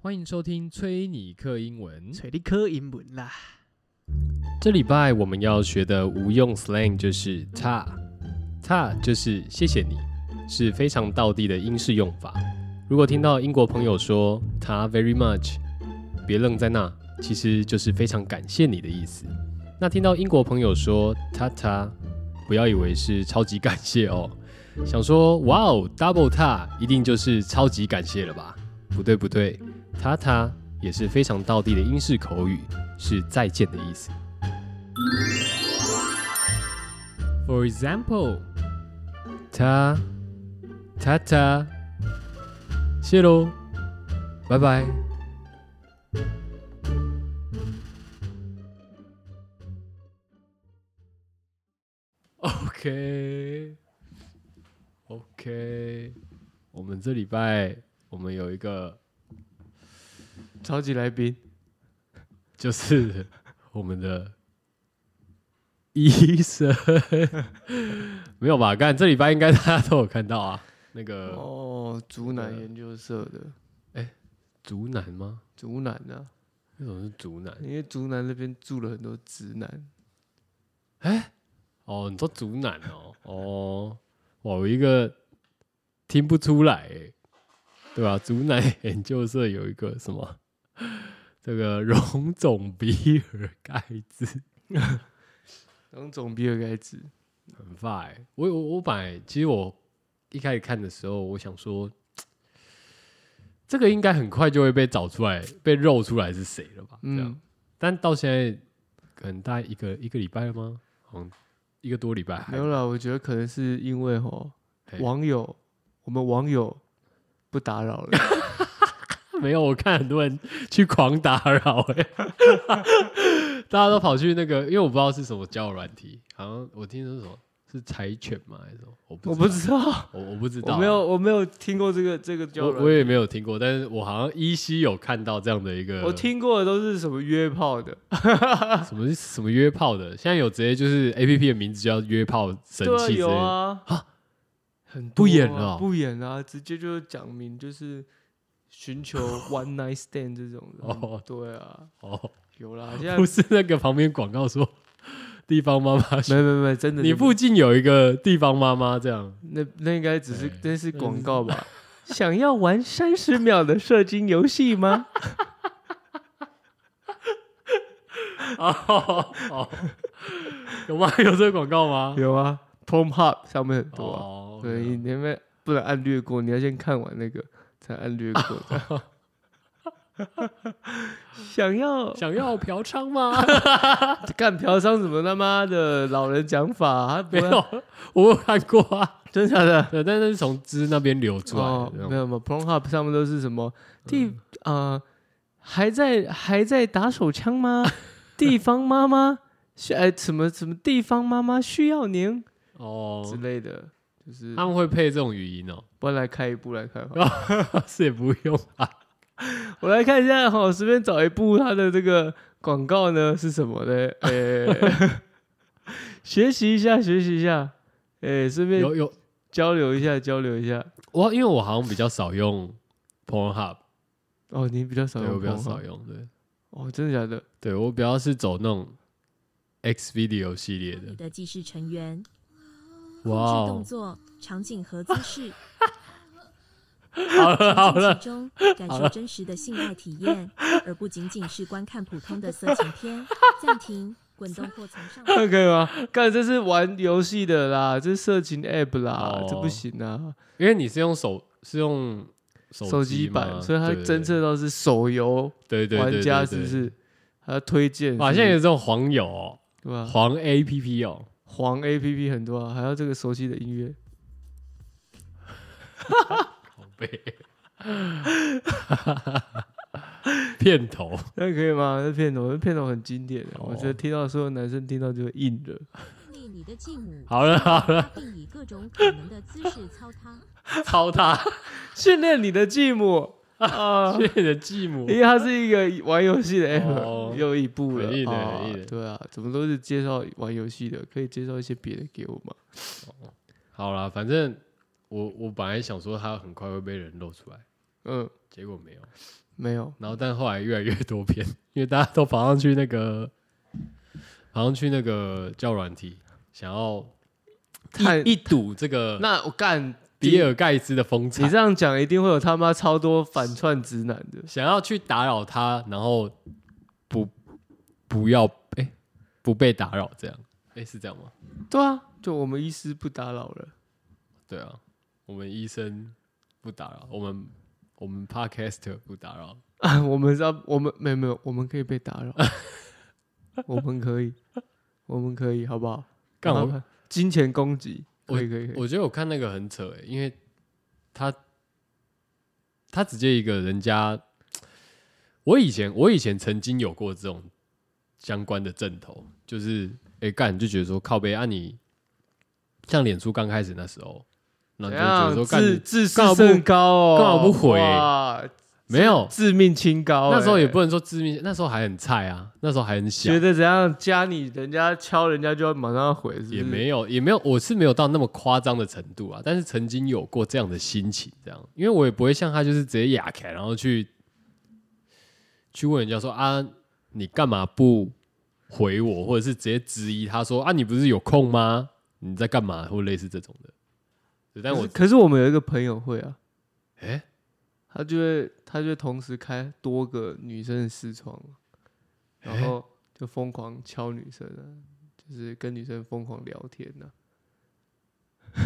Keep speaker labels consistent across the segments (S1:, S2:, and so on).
S1: 欢迎收听崔尼克英文。
S2: 找你考英文啦。
S1: 这礼拜我们要学的无用 slang 就是“差”，“差”就是谢谢你，是非常道地的英式用法。如果听到英国朋友说“他 very much”，别愣在那，其实就是非常感谢你的意思。那听到英国朋友说“他他”，不要以为是超级感谢哦，想说“哇哦，double 他”一定就是超级感谢了吧？不对不对，“他他”也是非常道地的英式口语，是再见的意思。For example，他他他，谢喽，拜拜。OK，OK，、我们这礼拜我们有一个，
S3: 超级来宾，
S1: 就是我们的医生，没有吧？干，这礼拜应该大家都有看到啊，那个
S3: 哦，竹南研究社
S1: 啊
S3: 的
S1: 竹男吗？
S3: 竹南啊，
S1: 为什么是竹男？
S3: 因为竹南那边住了很多直男，
S1: 哦，你说竹男哦，哦，哇，我一个听不出来欸，对吧、竹男研究社有一个什么，这个荣总比尔盖茨
S3: 然后总比尔盖茨，
S1: 很发欸我我我本来其实我一开始看的时候，我想说，这个应该很快就会被找出来，被肉出来是谁了吧？这样，
S3: 嗯，
S1: 但到现在可能大概一个一个礼拜了吗？好像一个多礼拜还
S3: 没有啦，我觉得可能是因为吼
S1: 嘿
S3: 网友，我们网友不打扰了，
S1: 没有，我看很多人去狂打扰、欸， 大家都跑去那个，因为我不知道是什么交友软体，好像我听说是什么是柴犬吗？还是什么？我 不
S3: 我
S1: 知道
S3: 不知道，
S1: 我我不知道，啊
S3: 我没有，我没有听过这个这个叫
S1: 我，我也没有听过，但是我好像依稀有看到这样的一个，
S3: 我听过的都是什么约炮的，
S1: 什么什么约炮的，现在有直接就是 A P P 的名字叫约炮神
S3: 对啊，
S1: 器之类
S3: 有
S1: 的，
S3: 啊，很
S1: 不
S3: 多
S1: 演
S3: 啊
S1: 了哦
S3: 不演啊，直接就讲明就是寻求 one night stand 这种的，
S1: 哦
S3: 对啊，
S1: 哦，
S3: 有啦，现在
S1: 不是那个旁边广告说地方 妈妈，
S3: 没没没，真的，
S1: 你
S3: 真的
S1: 附近有一个地方妈妈这 样，
S3: 那那应该只是
S1: 哎
S3: 那是广告吧？嗯 想要玩三十秒的射精游戏吗？
S1: 哦哦，有吗？有这个广告吗？
S3: 有啊 p o m h u b 上面很多啊、
S1: 哦，
S3: 对，
S1: OK
S3: 你那边不能按略过，你要先看完那个才按略过的。 想要
S1: 想要嫖娼吗？
S3: 干嫖娼怎么他妈的老人讲法、啊？不
S1: 没
S3: 要，
S1: 有，我有看过啊，
S3: 真假的？
S1: 对，但是是从汁那边流出来的
S3: 哦，
S1: 这嗯
S3: 没
S1: 样，
S3: 有嘛 p r o n h u b 上面都是什么地呃，还在还在打手 枪吗？地方妈妈需哎什么什么地方妈妈需要您之
S1: 哦，
S3: 类的，就是
S1: 他们会配这种语音哦，
S3: 不然来开一部来看好了，
S1: 是也不用啊，
S3: 我来看一下哈，随便找一部它的这个广告呢是什么的，呃，学习一下学习一下，哎，顺便
S1: 有有
S3: 交流一下交流一下。
S1: 我因为我好像比较少用 Pornhub，
S3: 哦，你比较少
S1: 对
S3: 用，
S1: 我比较少。用，对，
S3: 哦，真的假的？
S1: 对我比较是走那种 X Video 系列
S4: 你
S1: 的，
S4: 的既是成员，控
S1: 哇
S4: 制动
S1: 哦，
S4: 作、场景和姿势，
S1: 好了 好
S4: 沉浸
S1: 了
S4: 其，中感受真实的性爱体 验，而不仅仅是观看普通的色情片。暂停，滚动或从上。
S3: 那可以吗？干，这是玩游戏的啦，这是色情 app 啦，
S1: 哦
S3: 这不行啊，
S1: 因为你是用手是用
S3: 手
S1: 机
S3: 机
S1: 吗
S3: 版，所以它
S1: 对对对
S3: 侦测到是手游
S1: 对对对
S3: 玩家
S1: 对
S3: 是
S1: 对
S3: 不是？还要推荐是不是，
S1: 哇，现在有这种黄友、哦，
S3: 对吧？
S1: 黄 A P P 哦，
S3: 黄 app 很多啊，还要这个熟悉的音乐，
S1: 被片头
S3: 那可以吗？那片头，那片头很经典的，
S1: 哦
S3: 我觉得听到所有男生听到就会硬 了。
S4: 立你的继母，
S1: 好了好了，
S4: 并以各种可能的姿势操他。
S1: 操 他！
S3: 训练你的 继母啊，
S1: 谢谢你的继母
S3: 因，为它是一个玩游戏的 app，、
S1: 哦
S3: 又一部了
S1: 很硬的
S3: 啊
S1: 很硬的
S3: 对啊，怎么都是介绍玩游戏的，可以介绍一些别的给我吗？
S1: 好啦，反正我我本来想说他很快会被人露出来，
S3: 嗯，
S1: 结果没有。
S3: 没有，
S1: 然后但后来越来越多篇， 因为大家都跑上去那个，跑上去那个叫软体，想要
S3: 太
S1: 一一睹这个
S3: 那我干
S1: 比，尔盖茨的风
S3: 你
S1: 采
S3: 这，样讲一定会有他妈超多反串直男的。
S1: 想要去打扰他，然后不不要哎、不被打扰这样，哎、是这样吗？
S3: 对啊，就我们医师不打扰 了。
S1: 对啊，我们医生不打扰，我们我们 podcaster 不打扰，
S3: 啊，我们是要，我们没有没有，我们可以被打 扰，我们可以，我们可以，好不好？
S1: 干
S3: 好
S1: 我
S3: 吧金钱攻击，可以可以可以，
S1: 我觉得我看那个很扯、欸，因为他他直接一个人家，我以前我以前曾经有过这种相关的阵头，就是哎干、你就觉得说靠背啊你，像脸书刚开始那时候，然后你就觉得说干
S3: 自
S1: 你
S3: 自视
S1: 干嘛不
S3: 甚高哦，
S1: 干嘛不回
S3: 哇
S1: 没有，
S3: 致命清高欸、
S1: 那时候也不能说致命，那时候还很菜啊，那时候还很小
S3: 觉，得怎样加你，人家敲人家就要马上回，是不是
S1: 也没有，也没有，我是没有到那么夸张的程度啊，但是曾经有过这样的心情，这样，因为我也不会像他就是直接哑开，然后去去问人家说啊，你干嘛不回我，或者是直接质疑他说啊，你不是有空吗？你在干嘛？或类似这种的。对但
S3: 可
S1: 我
S3: 是可是我们有一个朋友会啊，
S1: 哎、
S3: 他就会他就会同时开多个女生的视窗，然后就疯狂敲女生啊，就是跟女生疯狂聊天呐、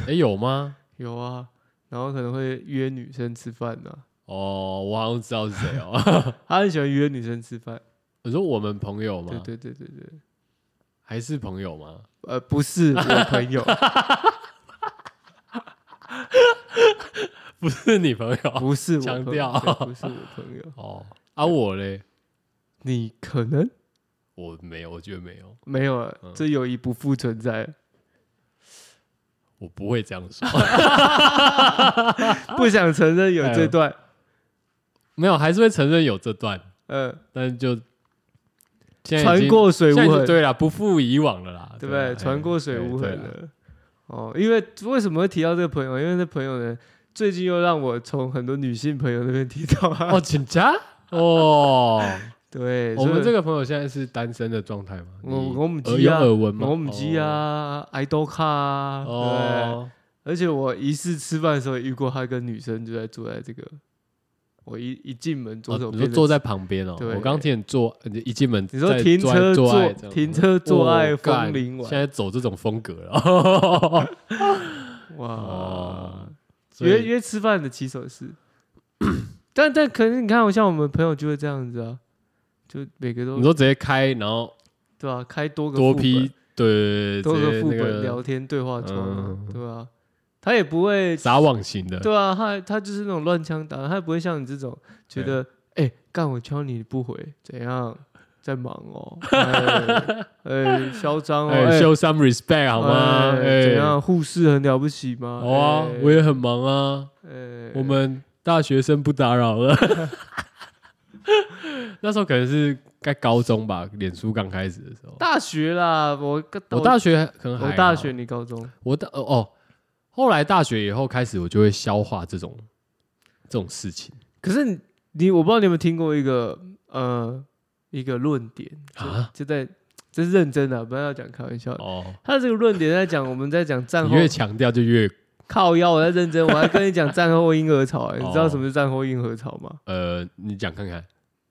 S1: 哎、有吗？
S3: 有啊，然后可能会约女生吃饭呐、
S1: 哦，我好像知道是谁哦。
S3: 他很喜欢约女生吃饭，
S1: 你说我们朋友吗？
S3: 对对对对对，
S1: 还是朋友吗？
S3: 呃，不是我朋友，
S1: 不是你朋友
S3: 不是我
S1: 强
S3: 朋
S1: 调
S3: 友，对不是我朋友，
S1: 哦。啊，我嘞，
S3: 你可能
S1: 我没有，我觉得没有。
S3: 没有啊，
S1: 嗯
S3: 这友谊不复存在，
S1: 我不会这样说，
S3: 不想承认
S1: 哎
S3: 有这段，
S1: 没有，还是会承认有这段，
S3: 嗯，
S1: 但是就现在已
S3: 船
S1: 经
S3: 过水
S1: 现在已
S3: 无
S1: 经
S3: 痕，
S1: 对啦，不复以往了啦，
S3: 对不
S1: 啦
S3: 对？
S1: 哎
S3: 船过水无痕
S1: 对啦
S3: 了。哦，因为为什么会提到这个朋友？因为那朋友呢，最近又让我从很多女性朋友那边提到他。
S1: 哦，请假哦，
S3: 对，
S1: 我
S3: 所
S1: 们
S3: 以
S1: 这个朋友现在是单身的状态吗？
S3: 我
S1: 你
S3: 我们
S1: 耳
S3: 鸡
S1: 有
S3: 啊，
S1: 耳闻吗？
S3: 我们鸡啊，爱豆卡啊，
S1: 哦，
S3: 对。
S1: 哦，
S3: 而且我一次吃饭的时候也遇过他跟女生就在坐在这个，我一一进门左手
S1: 哦你
S3: 边
S1: 说
S3: 的
S1: 坐在旁边哦，
S3: 对
S1: 我刚听你坐，你一进门
S3: 你说
S1: 在
S3: 停
S1: 坐
S3: 车
S1: 坐爱
S3: 坐
S1: 这样
S3: 停车坐爱
S1: 哦干
S3: 枫林晚
S1: 现在走这种风格了，
S3: 哇
S1: 哦，所
S3: 约
S1: 以
S3: 约吃饭的起手式， 但但可能你看，我像我们朋友就会这样子啊，就每个都
S1: 你说直接开，然后
S3: 对吧、开多个
S1: 多
S3: 副
S1: 批
S3: 本，
S1: 对对
S3: 多
S1: 对，
S3: 个
S1: 直
S3: 副
S1: 接那
S3: 本
S1: 个
S3: 聊天对话窗啊
S1: 嗯，
S3: 对吧、他也不会
S1: 撒网型的，
S3: 对啊，他他就是那种乱枪打，他也不会像你这种觉得，哎、干我敲你你不回，怎样，在忙 哦，哎哎，嚣张哦，
S1: 哎、
S3: 哎
S1: s h o w some respect 好吗？哎、
S3: 哎怎样，护士很了不起吗？
S1: 好啊，
S3: 哎
S1: 我也很忙啊，
S3: 哎
S1: 我们大学生不打扰了。 那时候可能是该高中吧，脸书刚开始的时候。
S3: 大学啦，我
S1: 我大学可能还
S3: 我
S1: 好
S3: 大学，你高中，
S1: 我大哦哦，后来大学以后开始，我就会消化这种这种事情
S3: 可是你你我不知道你有没有听过一个呃一个论点就
S1: 啊。
S3: 就在这是认真的啊，不要讲开玩笑的。
S1: 哦，
S3: 他这个论点在讲，我们在讲战
S1: 你
S3: 后
S1: 越强调就越
S3: 靠腰，我在认真，我还跟你讲战后婴 儿潮、欸，你知道
S1: 哦
S3: 什么是战后婴儿潮吗？
S1: 呃，你讲看看，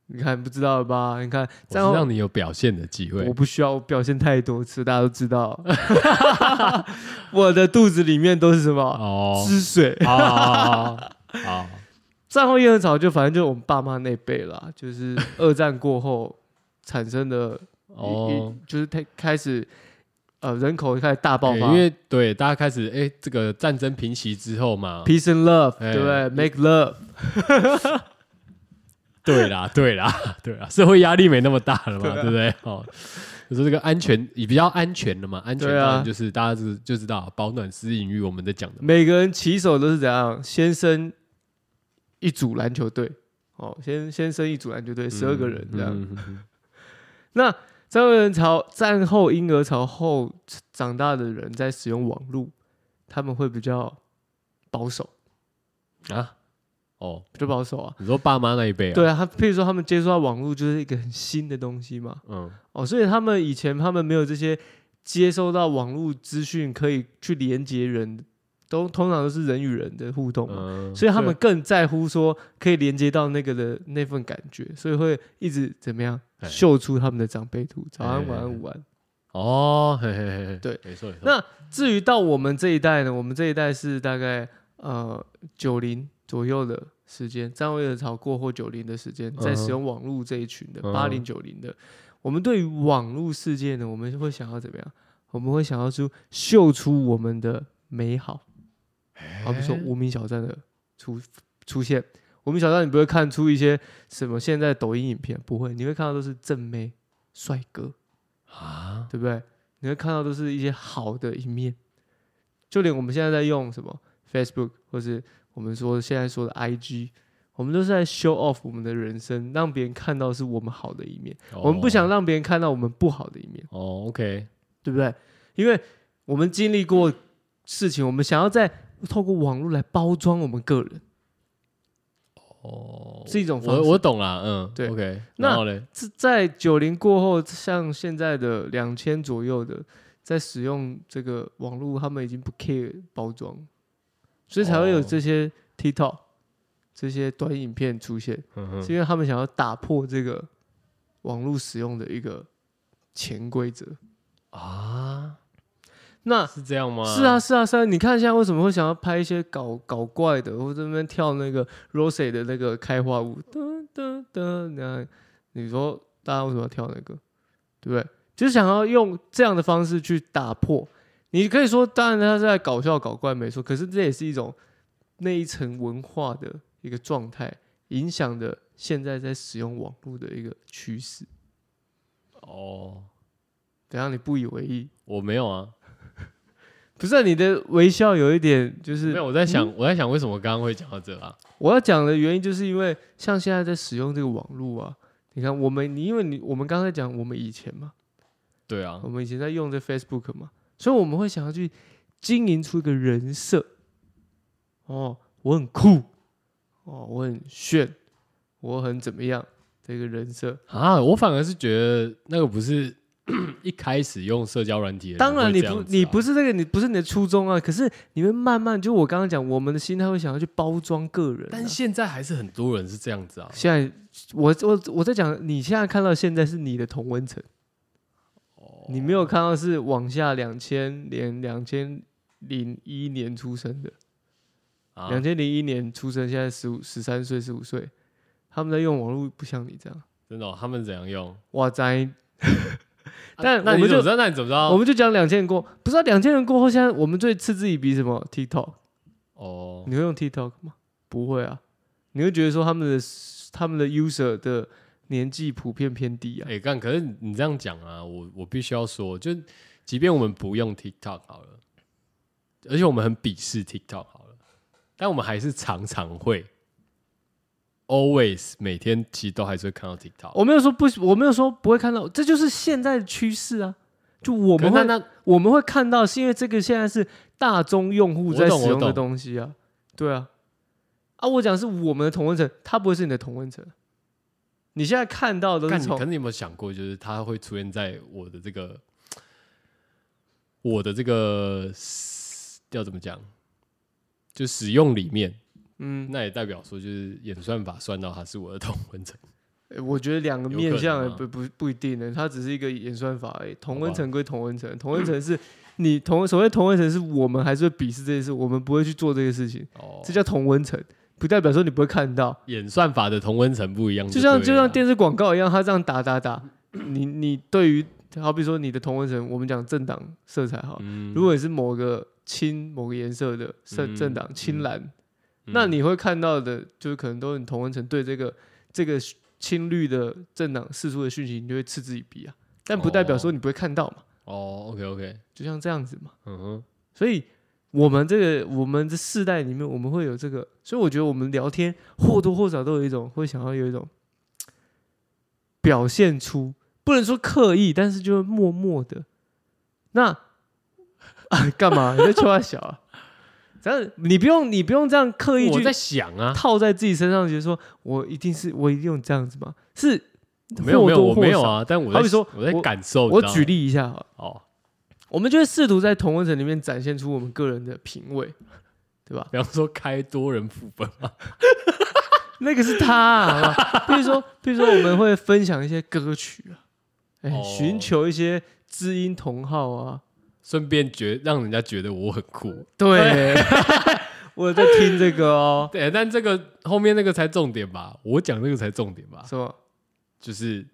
S3: 你看不知道了吧？你看
S1: 我
S3: 战
S1: 是
S3: 后
S1: 让，你有表现的机会
S3: 我。不需要我表现太多次，大家都知 道， 我的肚子里面都是什么
S1: 哦，
S3: 汁水。
S1: 好好好好，
S3: 战后婴儿潮就反正就我们爸妈那辈啦，就是二战过后产生的一，
S1: 哦
S3: 一，就是开开始呃人口开始大爆
S1: 欸
S3: 发，
S1: 因为对大家开始哎、欸这个战争平息之后嘛，
S3: peace and love，
S1: 哎
S3: 对不对？Make love，
S1: 对 啦，对啦，对啦，社会压力没那么大了嘛，
S3: 对
S1: 对,、
S3: 啊
S1: 不对？哦，就是这个安全也比较安全了嘛，安全
S3: 对啊
S1: 当然就是、大家就就知道保暖私隐欲我们在讲的嘛，
S3: 每个人起手都是怎样？先生一组篮球队，哦，先先生一组篮球队，十二个人这样。
S1: 嗯嗯嗯嗯
S3: 那战后人潮、战后婴儿潮后长大的人在使用网络，他们会比较保守，
S1: 嗯啊，哦，
S3: 比较保守啊。
S1: 你说爸妈那一辈啊？，
S3: 对啊，他譬如说他们接触到网络就是一个很新的东西嘛，
S1: 嗯，
S3: 哦，所以他们以前他们没有这些接收到网络资讯可以去连接人，都通常都是人与人的互动嘛，
S1: 嗯
S3: 所以他们更在乎说可以连接到那个的那份感觉，所以会一直怎么样
S1: 哎
S3: 秀出他们的长辈图，早
S1: 哎
S3: 安、
S1: 哎
S3: 晚安、
S1: 哎
S3: 午安。
S1: 哦，嘿嘿嘿嘿，
S3: 对，
S1: 没错没错。
S3: 那至于到我们这一代呢，我们这一代是大概呃九零左右的时间，战后热潮过后九零的时间，在
S1: 嗯
S3: 使
S1: 哼
S3: 用网络这一群的
S1: 嗯
S3: 八零九零的，我们对于网络世界呢，我们会想要怎么样？我们会想要出秀出我们的美好，好比说
S1: 哎
S3: 无名小站的出出现。无名小站，你不会看出一些什么现在抖音影片，不会，你会看到都是正妹、帅哥，
S1: 啊，
S3: 对不对？你会看到都是一些好的一面，就连我们现在在用什么 Facebook，或是我们说现在说的 IG，我们都是在 show off 我们的人生，让别人看到是我们好的一面。我们不想
S1: 哦
S3: 让别人看到我们不好的一面，
S1: 哦，OK，
S3: 对不对？因为我们经历过事情，我们想要在透过网络来包装我们个人，
S1: 哦，
S3: 是一种方式。
S1: 我我懂啦，嗯，
S3: 对
S1: ，OK，
S3: 那
S1: 然后嘞，
S3: 这在九零过后，像现在的两千左右的，在使用这个网络，他们已经不 care 包装，所以才会有
S1: 哦
S3: 这些 TikTok 这些短影片出现，
S1: 嗯哼
S3: 是因为他们想要打破这个网络使用的一个潜规则。
S1: 啊，
S3: 那
S1: 是这样吗？
S3: 是啊，，是啊，是啊！你看现在为什么会想要拍一些搞搞怪的，或者那边跳那个 Rose 的那个开花舞，噔噔噔，那你说大家为什么要跳那个？对不对？就是想要用这样的方式去打破。你可以说，当然他是在搞笑搞怪没错，可是这也是一种那一层文化的一个状态，影响的现在在使用网络的一个趋势。
S1: 哦，
S3: 等一下你不以为意，
S1: 我没有啊，
S3: 不是啊、你的微笑有一点就是
S1: 没有，我在想，我在想为什么刚刚会讲到这啊？
S3: 我要讲的原因，就是因为像现在在使用这个网络啊，你看我们，你因为你我们刚才讲我们以前嘛，
S1: 对啊
S3: 我，们以前在用这 Facebook 嘛，所以我们会想要去经营出一个人设。哦，我很酷，哦，我很炫，我很怎么样这个人设。
S1: 啊，我反而是觉得那个不是 一开始用社交软体的人
S3: 当然，
S1: 会
S3: 你
S1: 这样
S3: 不
S1: 子啊
S3: 你不是这个，你不是你的初衷啊。可是你会慢慢，就我刚刚讲，我们的心态会想要去包装个人啊、
S1: 但现在还是很多人是这样子啊。
S3: 现在我我我在讲，你现在看到现在是你的同温层。
S1: 哦
S3: 你没有看到是往下两千年、两千零一年出生的，
S1: 啊？
S3: 两千零一年出生，现在十五、十三岁、十五岁，他们在用网络不像你这样，
S1: 真的哦、他们怎样用？
S3: 哇塞！
S1: 啊
S3: 但
S1: 那
S3: 我
S1: 你
S3: 们
S1: 怎么
S3: 就
S1: 知道？那你怎么知
S3: 我
S1: 道？
S3: 们就讲两千过，不知道两千人过后，现在我们最嗤之以鼻什么 TikTok，
S1: 哦，
S3: 你会用 TikTok 吗？不会啊，你会觉得说他们的他们的 user 的年纪普遍偏低啊，
S1: 哎、干，可是你这样讲啊，我我必须要说，就即便我们不用 TikTok 好了，而且我们很鄙视 TikTok 好了，但我们还是常常会，always 每天其实都还是会看到 TikTok。
S3: 我没有说不，我没有说不会看到，这就是现在的趋势啊。就我
S1: 可是
S3: 们
S1: 那
S3: 会
S1: 那
S3: 我们会看到，是因为这个现在是大众用户在
S1: 我懂
S3: 使
S1: 我
S3: 用
S1: 懂
S3: 的东西啊，对啊，啊，我讲是我们的同温层，它不会是你的同温层。你现在看到的都
S1: 干，
S3: 是
S1: 你可是
S3: 从
S1: 你有没有想过，就是它会出现在我的这个我的这个要怎么讲？就使用里面，
S3: 嗯，
S1: 那也代表说就是演算法算到它是我的同温层。
S3: 诶我觉得两个
S1: 有
S3: 面
S1: 可
S3: 向
S1: 能
S3: 诶
S1: 啊
S3: 不不不一定的，它只是一个演算法而已。同
S1: 好
S3: 温
S1: 吧
S3: 层归同温层，同温层是你同所谓同温层是我们还是会鄙视这件事，我们不会去做这个事情，
S1: 哦，
S3: 这叫同温层，不代表说你不会看到。
S1: 演算法的同温层不一样嗯
S3: 就
S1: 对了啊嗯
S3: 像就像电视广告一样，它这样打打打，你你对于好比说你的同文层，我们讲政党色彩哈，
S1: 嗯
S3: 如果你是某个青某个颜色的政政党青蓝，
S1: 嗯
S3: 那你会看到的，就是可能都是你同文层对这个这个青绿的政党释出的讯息，你就会嗤之以鼻啊，但不代表说你不会看到嘛，
S1: 哦，OK OK，
S3: 就像这样子嘛。
S1: 嗯哼，
S3: 所以我们这个我们这世代里面，我们会有这个，所以我觉得我们聊天或多或少都有一种会想要有一种表现出，不能说刻意，但是就是 默默的。那啊，干嘛？你在说他小啊？ 但是你不用你不用这样刻意
S1: 我
S3: 去
S1: 在想啊，
S3: 套在自己身上，觉得说我一定是我一定用这样子嘛？是
S1: 没有
S3: 或
S1: 没有
S3: 多
S1: 我
S3: 或
S1: 没有
S3: 少。
S1: 啊，但我
S3: 好
S1: 在
S3: 比说
S1: 我在
S3: 我
S1: 感受，
S3: 我
S1: 你知道
S3: 举
S1: 吗
S3: 例一下好了，
S1: 哦，
S3: 我们就会试图在同温层里面展现出我们个人的品味，对吧？
S1: 比方说开多人副本嘛，
S3: 那个是他、啊，好 吧比如说，比如说我们会分享一些歌曲啊，哎、
S1: 哦
S3: 寻求一些知音同好啊，
S1: 顺便觉让人家觉得我很酷。
S3: 对， 我在听这个哦，
S1: 对，但这个后面那个才重点吧，我讲那个才重点吧，
S3: 什么
S1: 就是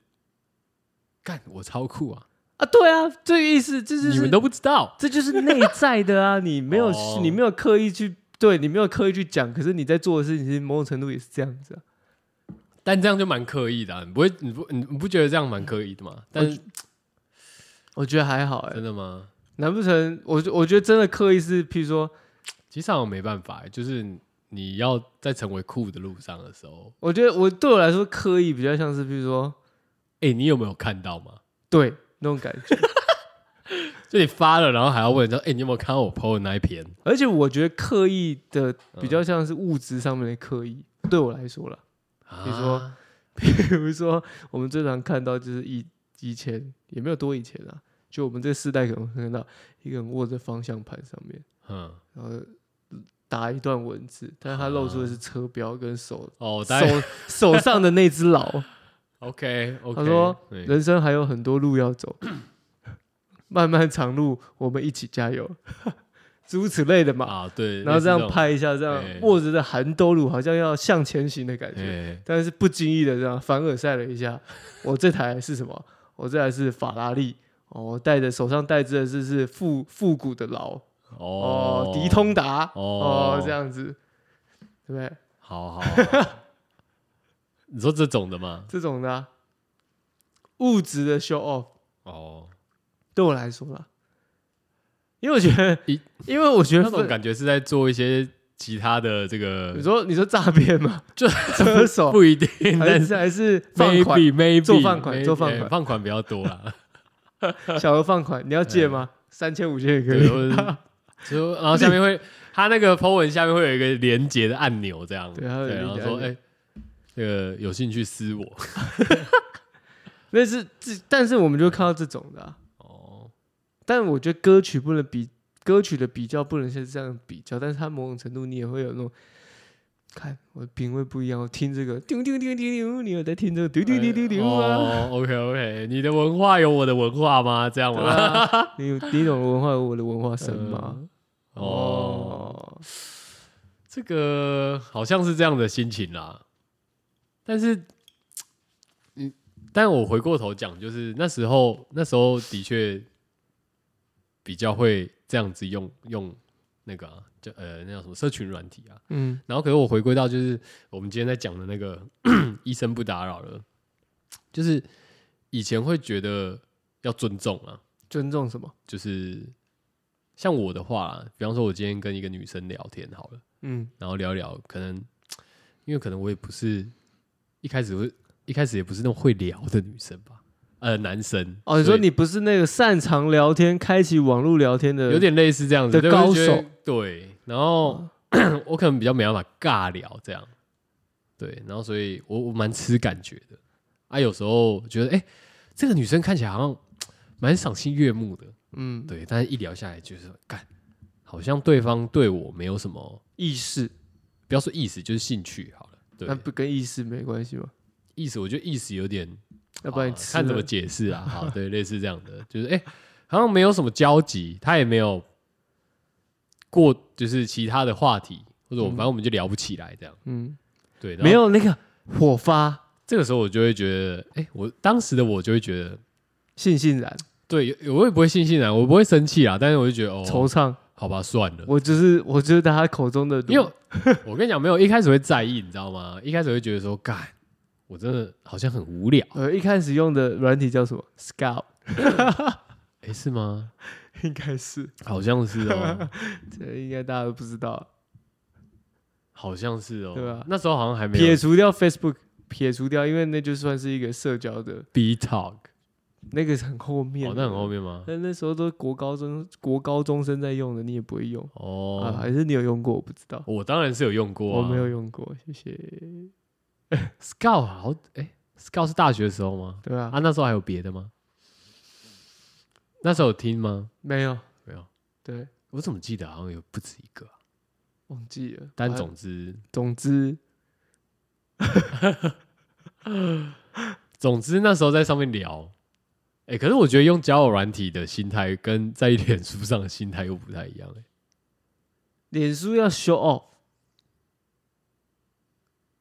S1: 干我超酷啊，
S3: 啊？对啊，这个意思，这就是
S1: 你们都不知道。
S3: 这就是内在的啊，你没有、
S1: 哦
S3: 你没有刻意去对你没有刻意去讲，可是你在做的事情，其实某种程度也是这样子啊。
S1: 但这样就蛮刻意的、啊，你不会，你不，你你不觉得这样蛮刻意的吗？但是
S3: 我觉得还好哎、
S1: 真的吗？
S3: 难不成我觉我觉得真的刻意是，譬如说，
S1: 其实好像没办法、欸就是你要在成为酷的路上的时候，
S3: 我觉得我对我来说刻意比较像是，譬如说，
S1: 哎、你有没有看到吗？
S3: 对那种感觉。
S1: 就你发了，然后还要问人家，哎、你有没有看到我 PO 的那一篇？
S3: 而且我觉得刻意的
S1: 嗯
S3: 比较像是物质上面的刻意， 对我来说啦。
S1: 你
S3: 如说比如说，我们最常看到就是以以前也没有多以前啊，就我们这个世代可能会看到一个人握着方向盘上面，
S1: 嗯，
S3: 然后打一段文字，但是他露出的是车标跟手、
S1: 哦，大 概
S3: 手手上的那只老。
S1: OK OK，
S3: 他说
S1: 对
S3: 人生还有很多路要走， 漫漫长路，我们一起加油， 诸如此类的嘛。
S1: 啊，对，
S3: 然后
S1: 类
S3: 这样
S1: 似
S3: 拍一下，这
S1: 哎
S3: 样握着的含兜路，好像要向前行的感
S1: 这种，
S3: 觉，
S1: 哎
S3: 但是不经意的这样凡尔赛了一 下。我这台是什么？我这台是法拉利。哦，我戴着手上戴着的是是复复古的劳
S1: 哦
S3: 哦，，迪，通达
S1: 哦
S3: 哦，这样子，对不对？
S1: 好好，好 你说这种的吗？
S3: 这种的啊、物质的 show off
S1: 哦，
S3: 对我来说啦，因为我觉得
S1: 一，
S3: 因为我觉
S1: 那
S3: 得
S1: 种
S3: 分，
S1: 感觉是在做一些其他的这个
S3: 你，说你说诈 骗嘛，
S1: 就
S3: 车手
S1: 不一定，
S3: 还
S1: 但
S3: 是
S1: 是
S3: 还是放款
S1: maybe maybe
S3: 做放款
S1: maybe，
S3: 做放款
S1: 哎放款比较多啦，
S3: 小额放款，你要借吗？三千五千也可
S1: 哎对，
S3: 以。
S1: 或者 是就然后下面会他那个 po 文下面会有一个连接的按钮，这样
S3: 对它有
S1: 然
S3: 连
S1: 后
S3: 结
S1: 说
S3: 按钮
S1: 哎，这个有兴趣私 我
S3: 那是这，但是我们就看到这种的、啊，
S1: 哦，
S3: 但我觉得歌曲不能比歌曲的比较不能是这样比较，但是它某种程度你也会有那种。看我的品味不一样，我听这个丢丢丢丢丢，你有在听这个丢丢丢丢丢啊？
S1: 哦，OK OK，你的文化有我的文化吗？这样
S3: 对
S1: 吗？
S3: 啊你有你懂文化有我的文化深吗？
S1: 哦，
S3: 哦，
S1: 这个好像是这样的心情啦。但是，嗯，但我回过头讲，就是那时候，那时候的确比较会这样子用用那个、啊，就呃，那叫什么社群软体啊。
S3: 嗯，
S1: 然后，可是我回归到就是我们今天在讲的那个 医生不打扰了，就是以前会觉得要尊重啊，
S3: 尊重什么？
S1: 就是像我的话啦，比方说，我今天跟一个女生聊天好了，
S3: 嗯，
S1: 然后聊一聊，可能因为可能我也不是一开始会一开始也不是那种会聊的女生吧，呃，男生
S3: 哦，你说
S1: 所以
S3: 你不是那个擅长聊天、开启网络聊天的，
S1: 有点类似这样子对
S3: 的
S1: 我就
S3: 高
S1: 觉得
S3: 手哦
S1: 对，然后、 我可能比较没办法尬聊这样，对，然后所以我我蛮吃感觉的啊，有时候觉得哎、诶这个女生看起来好像蛮赏心悦目的，
S3: 嗯
S1: 对，但是一聊下来就是干，好像对方对我没有什么，
S3: 意识，
S1: 不要说意思，就是兴趣好了。对
S3: 那，不跟意识没关系吗？
S1: 意思我觉得意思有点，
S3: 要不然
S1: 啊
S3: 你吃
S1: 看怎么
S3: 了
S1: 解释啊。 好，对，类似这样的，就是哎、好像没有什么交集，他也没有过就是其他的话题，或者我、反
S3: 嗯
S1: 正我们就聊不起来这样。
S3: 嗯，
S1: 对，然后
S3: 没有那个火发，
S1: 这个时候我就会觉得，哎、我当时的我就会觉得，
S3: 悻悻然、
S1: 对，我也不会悻悻啊然，我不会生气啦，但是我就觉得
S3: 惆
S1: 哦，
S3: 怅。
S1: 好吧，算了。
S3: 我就是我就是大家口中的鲁，
S1: 因为我跟你讲，没有一开始会在意，你知道吗？一开始会觉得说，干，我真的好像很无聊，
S3: 呃一开始用的软体叫什么 Scout，
S1: 哎、是吗？
S3: 应该是
S1: 好像是 哦，
S3: 这应该大家都不知道。
S1: 好像是哦，
S3: 对啊吧
S1: 那时候好像还没
S3: 撇
S1: 有
S3: 除掉 Facebook，撇除掉，因为那就算是一个社交的
S1: B Talk，
S3: 那个是很后面
S1: 哦，
S3: 的，
S1: 那很后面吗？
S3: 但那时候都是国高中国高中生在用的，你也不会用、啊？
S1: 哦，
S3: 还是你有用过？我不知道，
S1: 我当然是有用过
S3: 我
S1: 啊，
S3: 没有用过，谢谢。
S1: Scout 好，哎，Scout 是大学的时候吗？
S3: 对啊，
S1: 啊，那时候还有别的吗？那时候有听吗？
S3: 没有，
S1: 没有，
S3: 对，
S1: 我怎么记得好像有不止一个啊、
S3: 忘记了。
S1: 但
S3: 反
S1: 总之，
S3: 总之，
S1: 总之那时候在上面聊，哎、可是我觉得用交友软体的心态跟在脸书上的心态又不太一样、欸，
S3: 脸书要哦 show off，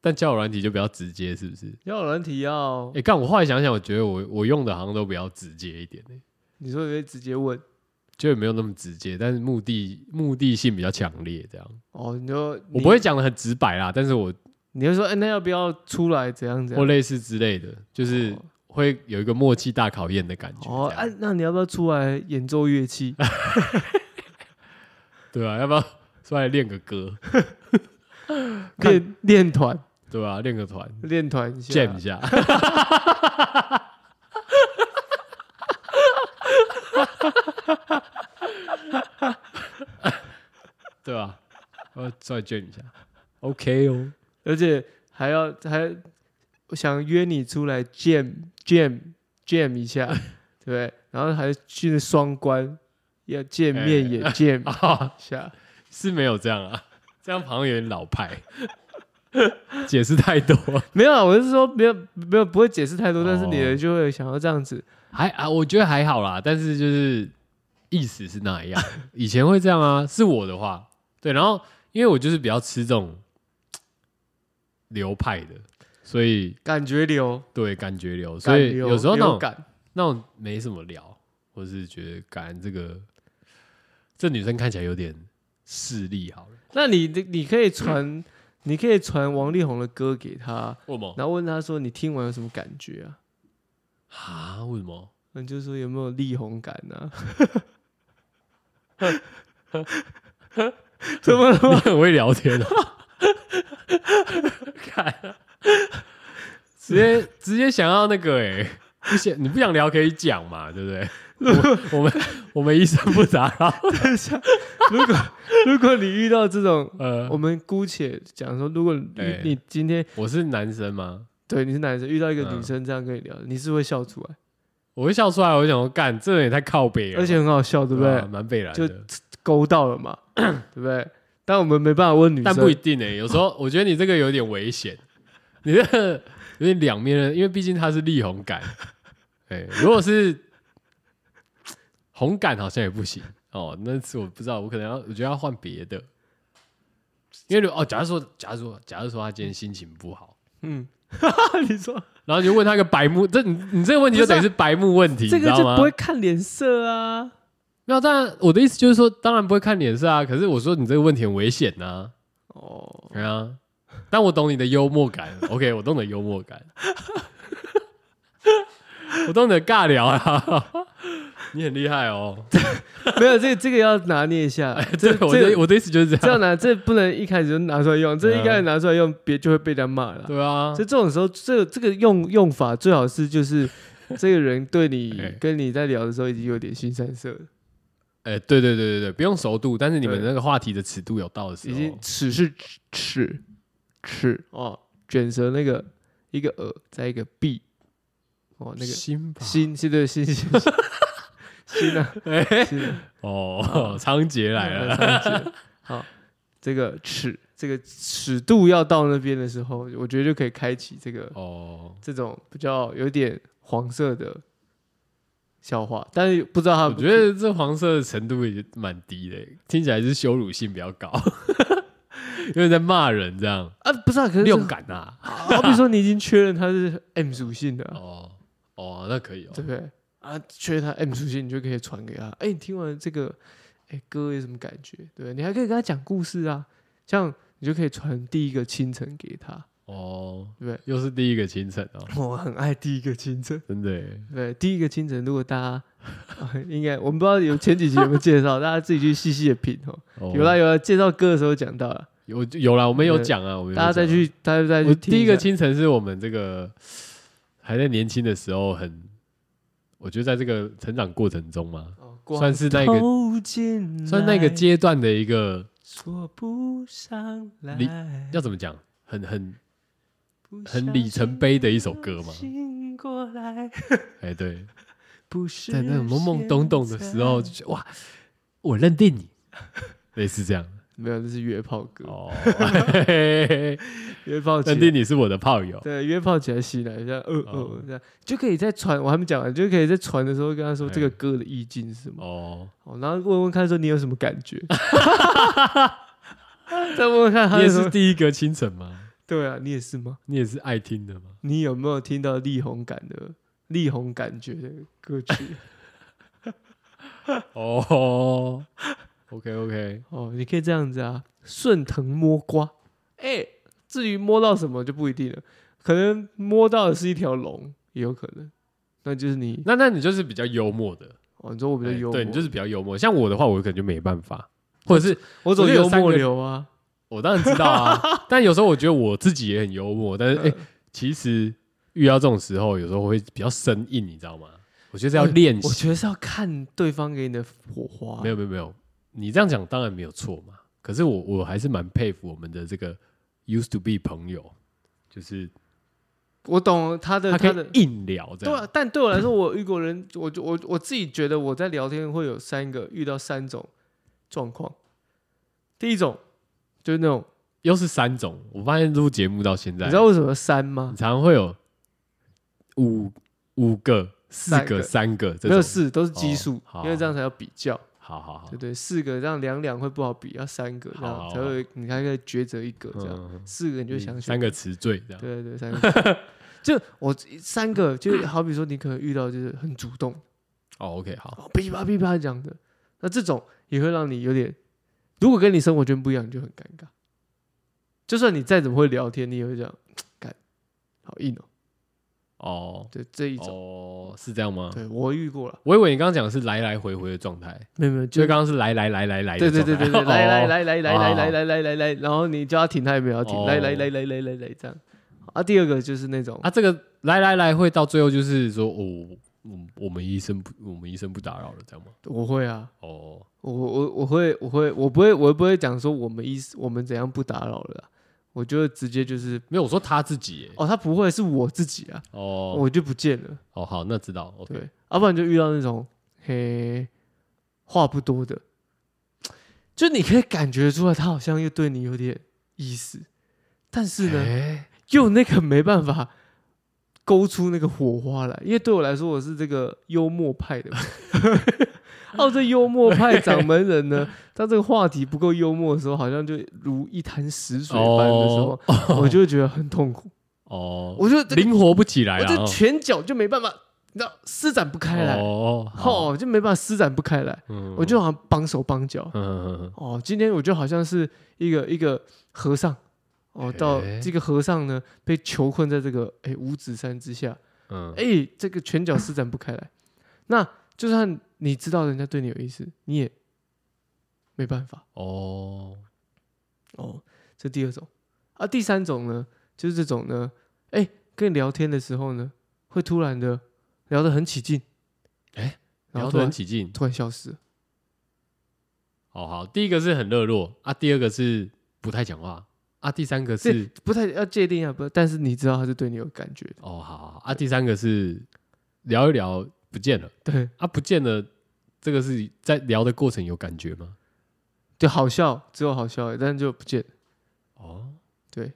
S1: 但交友软体就比较直接，是不是？
S3: 要有人提要
S1: 哎、，干，我后来想想，我觉得我我用的好像都比较直接一点、欸，
S3: 你说你会直接问
S1: 就也没有那么直接，但是目的目的性比较强烈，这样。
S3: 哦，你就
S1: 我不会，讲的很直白啦，但是我
S3: 你你会说，哎，那要不要出来？怎样怎
S1: 或
S3: 样？
S1: 类似之类的，就是
S3: 啊哦
S1: 会有一个默契大考验的感觉。
S3: 哦，
S1: 这
S3: 哎
S1: 样，
S3: 那你要不要出来演奏乐 器？
S1: 对啊，要不要出来练个歌？看
S3: 练练团，
S1: 对啊，练个团
S3: 练团一下
S1: ，jam 一下。对吧、啊？我出来 jam 一下，OK 哦。
S3: 而且还要还我想约你出来 jam jam jam 一下， 对不对？然后还去双关，要见
S1: 哎
S3: 面也 jam
S1: 啊，
S3: 一下。
S1: 是没有这样啊，这样好像有点老派，解释太多。
S3: 没有啊，我是说没有没有不会解释太多，但是女
S1: 哦
S3: 人就会想要这样子。
S1: 还啊，我觉得还好啦，但是就是意思是那样。 以前会这样啊，是我的话，对。然后因为我就是比较吃这种嘖流派的，所以
S3: 感觉流，
S1: 对感觉流，所
S3: 感
S1: 以
S3: 流
S1: 有时候那
S3: 流
S1: 种
S3: 感
S1: 那种没什么聊，或是觉得感这个这女生看起来有点势利，好了，
S3: 那你你你可以传，你可以传王力宏的歌给他，
S1: 为什么
S3: 然后问他说你听完有什么感觉啊？
S1: 啊？为什么？
S3: 那你就说有没有力宏感啊？ 怎么了
S1: 你
S3: 吗？
S1: 很会聊天哦、看，直接直接想要那个哎、不想你不想聊可以讲嘛，对不对？我我们我们医生不打扰，
S3: 如果如果你遇到这种，
S1: 呃
S3: 我，们姑且讲说，如果你
S1: 哎
S3: 你今天
S1: 我是男生吗？
S3: 对你是男生，遇到一个
S1: 嗯
S3: 女生这样跟你聊，你是会笑出来，
S1: 我会笑出来，我就想说干，这人也太靠北了吧，
S3: 而且很好笑，对不
S1: 啊
S3: 对？
S1: 蛮北然
S3: 就
S1: 的，
S3: 勾到了嘛，对不对？但我们没办法问女
S1: 但不一
S3: 生，
S1: 定哎、有时候我觉得你这个有点危险， 你这个有点两面刃，因为毕竟他是力宏感， 哎、如果是红感好像也不行哦。那次我不知道，我可能要我觉得要换别的，因为如哦，假如说，假如说，假如说他今天心情不好，
S3: 嗯，哈哈，你说
S1: 然后就问他一个白目，这你你这个问题就等于是白目问题，
S3: 这个
S1: 你
S3: 就
S1: 知道吗
S3: 不会？看脸色啊，
S1: 没有，当然我的意思就是说，当然不会看脸色啊。可是我说你这个问题很危险啊呐、
S3: 哦，
S1: 对啊，但我懂你的幽默感。OK，我懂 你的幽默感， 我懂你的尬聊啊。 你很厉害哦，
S3: 没有这个这个要拿捏 一下，
S1: 这个我
S3: 这
S1: 的我的意思就是这
S3: 这
S1: 样
S3: 样。拿这不能一开始就拿出来用，这一开始拿出来用，别就会被人家骂了。
S1: 对啊
S3: 所，以这种时候，这这个用用法最好是就是这个人对你
S1: 哎
S3: 跟你在聊的时候已经有点新三色了，
S1: 哎，对对对对对，不用熟度，但是你们
S3: 对
S1: 那个话题的尺度有到的时
S3: 已经
S1: 候，
S3: 齿是齿齿哦，卷舌那个一个耳再一个 b 哦那个
S1: 心吧
S3: 心 是对心心心啊
S1: 哎
S3: 心啊
S1: 哦， 仓颉来
S3: 哦
S1: 了，
S3: 那三节好，这个尺这个尺度要到那边的时候，我觉得就可以开启这个
S1: 哦，
S3: 这种比较有点黄色的笑话，但是不知道他
S1: 我觉得这黄色的程度也蛮低的，欸听起来是羞辱性比较高， 因为在骂人这样，
S3: 啊，不是啊，可是
S1: 六感啊，
S3: 好比说你已经确认它是 M 属性的啊，
S1: 哦哦，那可以哦
S3: 对，不对？啊，确认它 M 属性，你就可以传给他。哎，你听完这个，哎，歌有什么感觉？对不对？你还可以跟他讲故事啊，这样你就可以传第一个清晨给他，
S1: 哦，
S3: 对不对？
S1: 又是第一个清晨哦，
S3: 我很爱第一个清晨，
S1: 真的耶
S3: 对不对，第一个清晨，如果大家、 啊应该我们不知道有前几集有没有介绍，大家自己去细细的品哦。
S1: 哦
S3: 有啦有啦，介绍歌的时候讲到了，
S1: 有有啦，我们有讲啊，我们有
S3: 大家再
S1: 讲啊。
S3: 去，大家再去
S1: 我
S3: 听
S1: 第一
S3: 下
S1: 个清晨是我们这个还在年轻的时候很我觉得在这个成长过程中嘛，
S3: 哦，
S1: 算是那个
S3: 投进
S1: 算那个
S3: 来
S1: 阶段的一个
S3: 说不上来，
S1: 理要怎么讲，很很
S3: 不
S1: 很
S3: 小
S1: 里程
S3: 心
S1: 碑的一首歌嘛
S3: 醒过来，
S1: 哎、对，
S3: 不是
S1: 在那种懵懵懂懂的
S3: 现
S1: 时候，就
S3: 在，
S1: 觉得哇，我认定你， 类似这样
S3: 没有，这是约炮歌，
S1: 哦， 嘿嘿嘿嘿
S3: 约炮起
S1: 认定你是我的炮友，
S3: 对，约炮起来洗奶一下，呃呃
S1: 哦
S3: 呃，这样就可以在传，我还没讲完，就可以在传的时候跟他说
S1: 哎
S3: 这个歌的意境是什么，
S1: 哦，
S3: 哦，然后问问看说你有什么感 觉，再问问看他
S1: 你也
S3: 有什
S1: 是
S3: 么，
S1: 第一个清晨吗？
S3: 对啊，你也是吗？
S1: 你也是爱听的吗？
S3: 你有没有听到力宏感的力宏感觉的歌曲？
S1: 哦，OK OK，
S3: 哦，你可以这样子啊，顺藤摸瓜。哎、至于摸到什么就不一定了，可能摸到的是一条龙，也有可能。那就是你
S1: 那那你就是比较幽默的，
S3: 哦，你说我比较
S1: 哎
S3: 幽默，
S1: 对你就是比较幽默。像我的话，我可能就没办法，或者是
S3: 我走
S1: 我觉得有
S3: 幽
S1: 三
S3: 默
S1: 个
S3: 流啊。
S1: 我当然知道 啊，但有时候我觉得我自己也很幽默，但是哎、
S3: 呃
S1: 其实遇到这种时候，有时候会比较生硬，你知道吗？我觉得是要练
S3: 嗯我
S1: 习。
S3: 觉得是要看对方给你的火花。
S1: 没有没有没有，你这样讲当然没有错嘛。可是我我还是蛮佩服我们的这个 used to be 朋友，就是
S3: 我懂他的
S1: 他
S3: 他
S1: 可
S3: 的
S1: 以硬聊这
S3: 对啊
S1: 样。，
S3: 但对我来说，我遇过人， 我就我我自己觉得我在聊天会有三个遇到三种状况。第一种就是那种，
S1: 又是三种，我发现录节目到现在，
S3: 你知道为什么三吗
S1: 你？常会有五五个、四
S3: 三
S1: 个、
S3: 个
S1: 三个这
S3: 没有
S1: 种。
S3: 四都是奇数
S1: 哦，好
S3: 因为这样才要比较，
S1: 好好好
S3: 对，对，四个这样两两会不好比，要三个这
S1: 好好
S3: 样
S1: 好
S3: 才会，你还可以抉择一个这样，
S1: 嗯，
S3: 四个你就想
S1: 嗯
S3: 选
S1: 三个，词缀这样。
S3: 对对对，三个。 就我三个，就好比说你可能遇到就是很主动，
S1: 哦，OK，好，
S3: 哦噼啪噼啪讲的，那这种也会让你有点，如果跟你生活圈不一样，你就很尴尬。就算你再怎么会聊天，你也会这样，干，好硬哦，
S1: 哦
S3: 对这一种，
S1: 哦，是这样吗？
S3: 对我遇过了，
S1: 我以为你刚刚讲的是来来回回的状态，
S3: 没有没有，
S1: 就
S3: 就
S1: 刚刚是来来来来来
S3: 对
S1: 的
S3: 对
S1: 状态，
S3: 对对对，
S1: 哦
S3: 来来，来来来
S1: 好好
S3: 来来来来来来，然后你叫他停，他也没有要停
S1: 哦，
S3: 来来来来来来来这样。啊，第二个就是那种，
S1: 啊，这个来来来会到最后就是说，哦，我我们医生不，我们医生不打扰了，这样吗？
S3: 我会啊，
S1: 哦，
S3: 我我我会我会我不会我不会讲说我们意思我们怎样不打扰了啊，我就会直接就是，
S1: 没有，我说他自己耶，
S3: 哦，他不会是我自己啊，
S1: 哦，
S3: 我就不见了，
S1: 哦，好，那知道，OK，
S3: 对，啊要不然就遇到那种嘿话不多的，就你可以感觉出来他好像又对你有点意思，但是呢。
S1: 呢，
S3: 又那个没办法勾出那个火花来，因为对我来说，我是这个幽默派的嘛。 哦，这幽默派掌门人呢，当这个话题不够幽默的时候，好像就如一滩死水般的时候，我就会觉得很痛苦，
S1: 哦，
S3: 我就这个
S1: 灵活不起来
S3: 我
S1: 了，
S3: 这
S1: 哦
S3: 拳脚就没办法，你知道施展不开来，
S1: 哦，好，
S3: 哦，就没办法施展不开来，
S1: 嗯
S3: 我就好像绑手绑脚。
S1: 嗯嗯嗯嗯
S3: 哦，今天我就好像是一个一个和尚，哦，到
S1: 诶
S3: 这个和尚呢被囚困在这个哎五指山之下，
S1: 嗯，
S3: 哎、这个拳脚施展不开 来。那就算你知道人家对你有意思，你也没办法
S1: 哦，
S3: 哦。这第二种啊，第三种呢，就是这种呢，哎、跟你聊天的时候呢，会突然的聊得很起劲，
S1: 哎
S3: 然
S1: 聊
S3: 后突
S1: 得很
S3: 然
S1: 起劲，
S3: 突然消失了，
S1: 哦，好，第一个是很热络啊，第二个是不太讲话啊，第三个
S3: 这
S1: 是。
S3: 不太要界定啊，不，但是你知道他是对你有感觉的，
S1: 哦，好好好啊。第三个是聊一聊不见了
S3: 对，
S1: 啊，不见了，这个是在聊的过程有感觉吗？
S3: 就好笑，只有好笑而已，但是就不见了，
S1: 哦，
S3: 对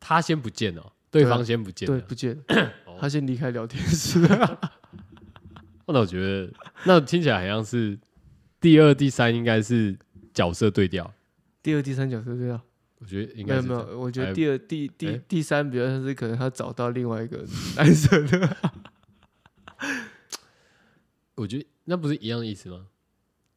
S1: 他先不见了，
S3: 对
S1: 对
S3: 啊
S1: 方先不见
S3: 对，
S1: 了。
S3: 不见了，
S1: 哦
S3: 他先离开聊天 室，
S1: 哦那我觉得，那听起来好像是第二、第三应该是角色对调，
S3: 第二、第三角色对啊。
S1: 我觉得应
S3: 没
S1: 该
S3: 有
S1: 是
S3: 没
S1: 这样
S3: 有，我觉
S1: 哎
S3: 得第二、第第
S1: 哎
S3: 第三比较像是可能他找到另外一个 男生了，
S1: 我觉得那不是一样的意思吗？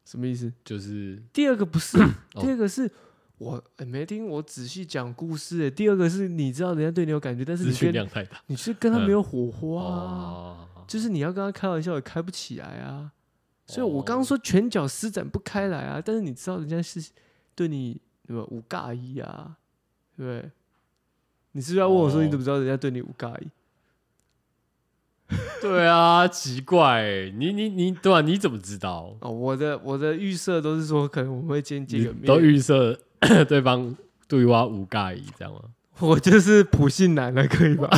S3: 什么意思？
S1: 就是
S3: 第二个 不是，
S1: 哦
S3: 第二个是我、哎没听我仔细讲故事、哎第二个是你知道人家对你有感觉，但是
S1: 资
S3: 你
S1: 讯
S3: 跟
S1: 量太大。
S3: 你是跟他没有火花、啊，
S1: 哦，
S3: 就是你要跟他开玩笑也开不起来啊。所以我刚
S1: 哦
S3: 刚说拳脚施展不开来啊，但是你知道人家是对你什么五尬一啊，对不对？你是不是要问我说你
S1: 哦
S3: 怎么知道人家对你五尬一？
S1: 对啊，奇怪欸，你你你，对啊，你怎么知道？
S3: 哦，我的我的预设都是说，可能我们会先见
S1: 你
S3: 个面，
S1: 都预设 对方对挖无尬意这样吗？
S3: 我就是普信男了，可以吧？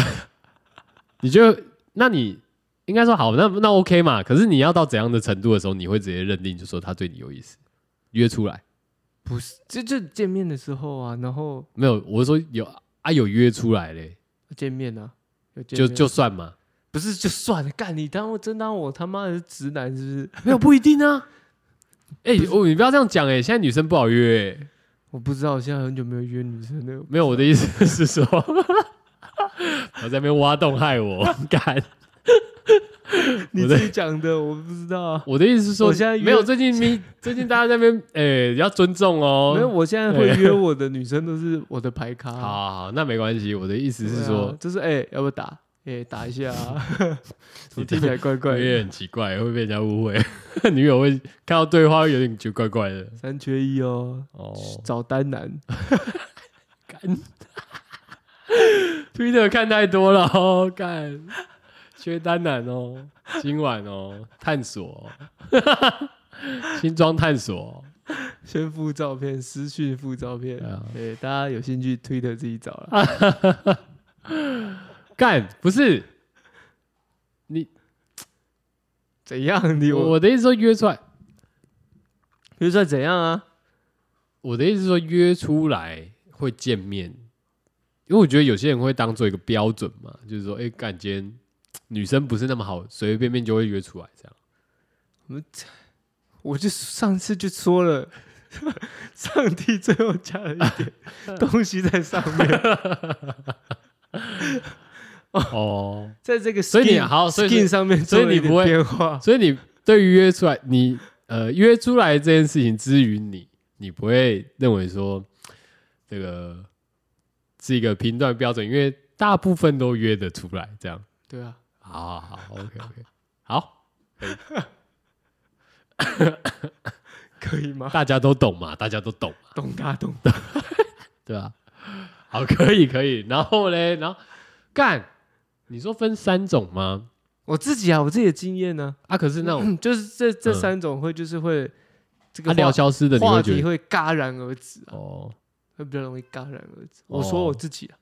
S1: 你就那你应该说好，那那 OK 嘛？可是你要到怎样的程度的时候，你会直接认定就说他对你有意思，约出来
S3: 不是，就就见面的时候啊，然后
S1: 没有？我说有啊，有约出来嘞，
S3: 见面啊，有见
S1: 就
S3: 面
S1: 就算嘛，
S3: 不是就算了，干你当我真当我他妈的是直男是不是？
S1: 没有不一定啊。 哎、我你不要这样讲哎、现在女生不好约、欸。
S3: 我不知道，我现在很久没有约女生了。
S1: 没有，我的意思是说，我在那边挖洞害我， 干。
S3: 你
S1: 我在
S3: 自己讲的，我不知道啊。
S1: 我的意思是说，
S3: 我现在约
S1: 没有最近咪 最近大家在那边，哎、要尊重哦。
S3: 没有，我现在会
S1: 对
S3: 约我的女生都是我的牌咖。
S1: 好，好，好那没关系。我的意思
S3: 对啊，
S1: 是说，
S3: 就是哎、要不要打？哎、打一下、啊，
S1: 你
S3: 我听起来怪啊怪
S1: 我也
S3: 的。
S1: 很奇怪，会被人家误会。 女友会看到对话，会有点觉得怪怪的。
S3: 三缺一哦，
S1: 哦，
S3: 找单男。
S1: 推特看太多了哦，干缺单男哦，今晚哦，探索、哦， 新装探索哦、
S3: 先附照片，私讯附照片。
S1: 对啊
S3: 对，大家有兴趣推特自己找了。
S1: 干不是
S3: 怎样？你我
S1: 我的意思说约出来，
S3: 就算怎样啊？
S1: 我的意思是说约出来会见面，因为我觉得有些人会当做一个标准嘛，就是说，哎、干今天女生不是那么好，随随便便就会约出来这样。
S3: 我就上次就说了， 上帝最后加了一点 东西在上面，
S1: 哦，
S3: 在这个 skin,
S1: 所以你好所以
S3: skin 上面做
S1: 所以
S3: 了一
S1: 你
S3: 点
S1: 不会
S3: 变化。
S1: 所以你对于约出来，你呃约出来这件事情之于你，你不会认为说这个是一个评断标准，因为大部分都约得出来这样。
S3: 对啊，
S1: 好好好，OK OK，好，
S3: 可以吗？
S1: 大家都懂嘛，大家都懂嘛，
S3: 懂大懂
S1: 对吧、好， 可以可以。然后嘞，然后干，你说分三种吗？
S3: 我自己啊，我自己的经验呢、
S1: 啊，可是那种
S3: 嗯，就是这这
S1: 嗯
S3: 三种会就是会、这
S1: 他
S3: 个
S1: 聊
S3: 话
S1: 消失的，你
S3: 话
S1: 会觉
S3: 题
S1: 得
S3: 会戛然而止啊，
S1: 哦，
S3: 会比较容易戛然而止。
S1: 哦
S3: 我说我自己啊，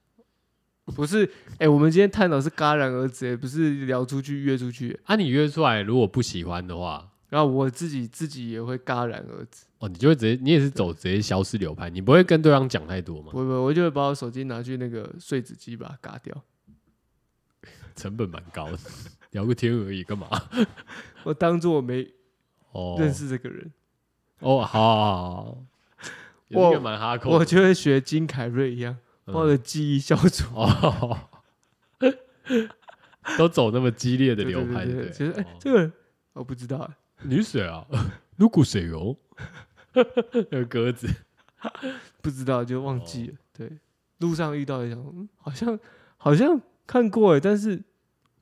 S3: 不是哎、我们今天探讨是戛然而止、哎不是聊出去约出去、
S1: 啊，你约出来如果不喜欢的话，
S3: 然后我自己自己也会戛然而止。
S1: 哦，你就会直接，你也是走直接消失流派，你不会跟对方讲太多嘛？
S3: 不会不会，我就会把我手机拿去那个碎纸机把它嘎掉。
S1: 成本蛮高的， 聊个天而已，干嘛？
S3: 我当做我没
S1: 哦，
S3: 认识这个人，
S1: 哦，好好好好，也是一个蛮哈扣的，
S3: 我就会学金凯瑞一样，
S1: 嗯
S3: 把我的记忆消除。
S1: 哦， 都走那么激烈的流派，
S3: 对
S1: 不
S3: 对，其实哎
S1: 哦，
S3: 这个人我不知道啊，
S1: 你谁啊？ 如果谁 哦？那个鸽子，
S3: 不知道就忘记了。
S1: 哦
S3: 对，路上遇到一样，嗯，好像好像看过哎，但是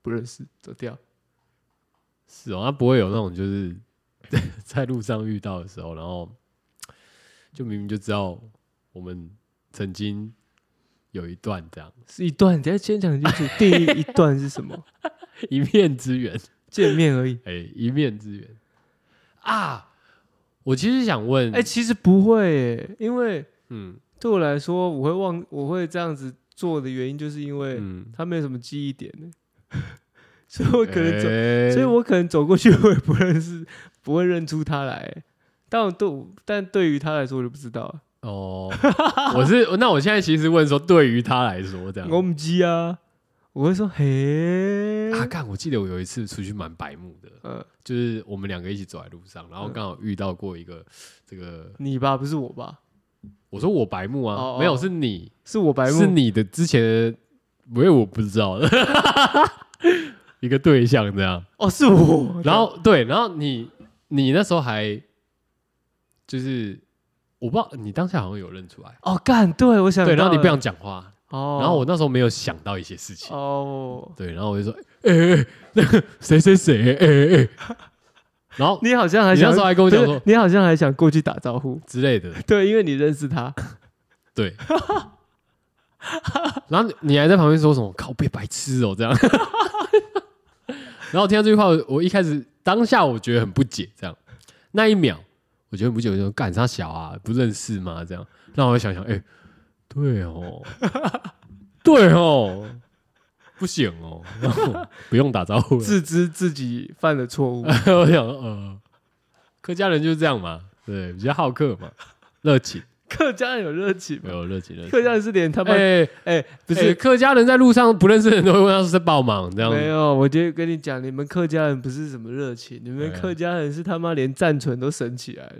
S3: 不认识，走掉。
S1: 是哦，他不会有那种就是 在路上遇到的时候，然后就明明就知道我们曾经有一段这样。
S3: 是一段，等一下先讲清楚定义一段是什么，
S1: 一面之缘，
S3: 见面 而已。
S1: 哎、一面之缘啊！我其实想问，
S3: 哎，其实不会哎，因为
S1: 嗯
S3: 对我来说，我会忘，我会这样子做的原因，就是因为。
S1: 嗯，
S3: 他没有什么记忆点呢， 所以我可能走，
S1: 哎
S3: 所以我可能走过去，我也不认识，不会认出他来。欸但我对我，但对于他来说，我就不知道了。
S1: 哦，我是那我现在其实问说，对于他来说这样，
S3: 我不记啊，我会说嘿，
S1: 啊，干，我记得我有一次出去蛮白目的，
S3: 呃，
S1: 就是我们两个一起走在路上，然后
S3: 嗯
S1: 刚好遇到过一个这个，
S3: 你吧，不是我吧？
S1: 我说我白目啊，
S3: 哦哦
S1: 没有是你，
S3: 是我白目，
S1: 是你的之前的，因为我不知道的 一个对象这样。
S3: 哦，是我。
S1: 然后对，然后你你那时候还就是我不知道你当下好像有认出来，
S3: 哦，干，对我想
S1: 对，然后
S3: 到
S1: 你不想
S3: 了，
S1: 讲话，
S3: 哦，
S1: 然后我那时候没有想到一些事情，
S3: 哦，
S1: 对，然后我就说，哎、欸欸，那个谁谁谁，哎、欸、哎、然后
S3: 你好像还
S1: 你那
S3: 想
S1: 时候还跟我讲
S3: 不是
S1: 说
S3: 你好像还想过去打招呼，
S1: 之类的，
S3: 对，因为你认识他，
S1: 对， 然后你还在旁边说什么靠被白痴哦、这样，然后我听到这句话，我一开始当下我觉得很不解，这样那一秒我觉得很不解，我就说干啥小啊，不认识吗？这样，那我想想，哎、对哦， 对哦，不行哦， 然后不用打招呼了。
S3: 自知自己犯了错误。
S1: 我想，呃，客家人就是这样嘛，对，比较好客嘛，热情，
S3: 客家人有热情
S1: 没
S3: 吗？
S1: 有热情，热情。
S3: 客家人是连他
S1: 哎、
S3: 们哎，
S1: 不
S3: 不
S1: 是、
S3: 是
S1: 客家人在路上不认识的人都会问他是帮忙这样
S3: 没
S1: 子，
S3: 有，我就跟你讲，你们客家人不是什么热情，你们
S1: 对啊
S3: 客家人是他妈连战存都省起来了。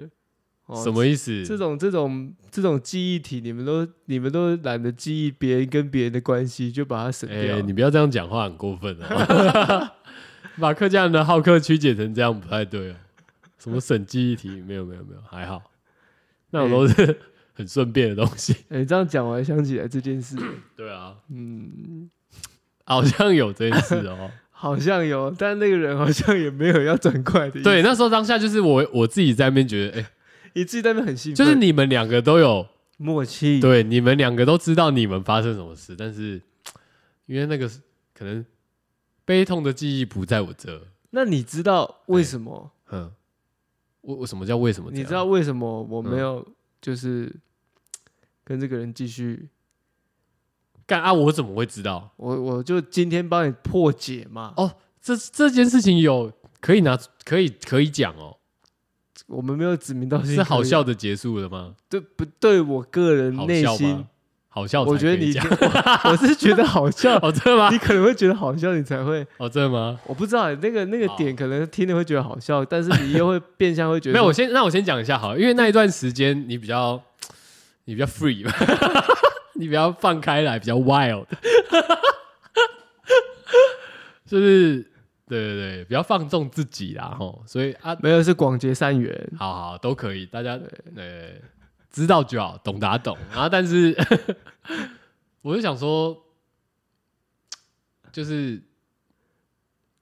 S3: 哦
S1: 什么意思？
S3: 这种这种这种记忆体，你们都你们都懒得记忆别人跟别人的关系，就把它省
S1: 哎、
S3: 掉。
S1: 你不要这样讲话，很过分 哦。把客家人的好客曲解成这样不太对哦。什么省记忆题？没有没有没有，还好。那种都是很顺便的东西。
S3: 哎、这样讲我还想起来这件事，
S1: 对啊，
S3: 嗯，
S1: 好像有这件事 哦。
S3: 好像有，但那个人好像也没有要转快的意思。
S1: 对，那时候当下就是我我自己在那边觉得，哎、
S3: 你自己在那边很兴奋，
S1: 就是你们两个都有，
S3: 默契。
S1: 对，你们两个都知道你们发生什么事，但是因为那个可能悲痛的记忆不在我这，
S3: 那你知道为什么？
S1: 嗯，我我什么叫为什么这
S3: 你
S1: 样？
S3: 知道为什么我
S1: 嗯
S3: 没有就是跟这个人继续？
S1: 干啊？我怎么会知道？
S3: 我我就今天帮你破解嘛。
S1: 哦这这件事情有可以拿可以可以讲哦，
S3: 我们没有指名道姓，
S1: 是好，笑的结束了吗？
S3: 对不对？我个人
S1: 好
S3: 内
S1: 笑
S3: 心
S1: 吗，？好笑才
S3: 我觉得
S1: 可以
S3: 你
S1: 讲
S3: 我，我是觉得好 笑，
S1: 哦，真的吗
S3: 你？可能会觉得好笑，你才会。
S1: 哦，真的吗？
S3: 我不知道欸那个那
S1: 哦
S3: 个点，可能听了会觉得好笑，但是你 又会变相会觉得
S1: 没有，我先那我先讲一下好了，因为那一段时间你比较你比较 free，你比 较放开来，比较 wild，就是对对对，比较放纵自己啦吼，所以啊，
S3: 没有是广结善缘。
S1: 好好都可以，大家呃知道就好，懂打懂。然后但是 我就想说，就是。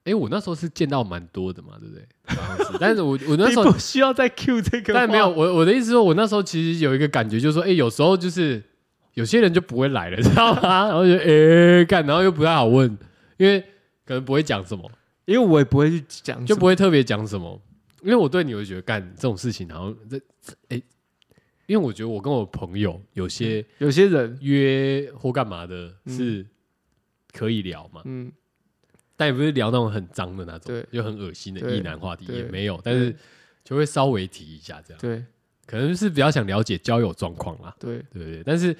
S1: 哎、我那时候是见到蛮多的嘛，对不对？ 好像是但是我我那
S3: 你
S1: 时候
S3: 不需要再 cue 这个话，
S1: 但没有，我我的意思是说，我那时候其实有一个感觉，就是说，哎、有时候就是有些人就不会来了， 知道吗？然后就哎、诶干，然后又不太好问，因为可能不会讲什么，
S3: 因为我也不会去讲什么，
S1: 就不会特别讲什么。因为我对你，我就觉得干这种事情，好像这这哎、因为我觉得我跟我朋友有些
S3: 有些人，
S1: 约或干嘛的，是可以聊嘛，
S3: 嗯，
S1: 但也不是聊那种很脏的那种，
S3: 对
S1: 就很恶心的
S3: 对
S1: 意男话题
S3: 对
S1: 也没有，但是就会稍微提一下这样，
S3: 对
S1: 可能是比较想了解交友状况啦。
S3: 对，
S1: 对不对？但是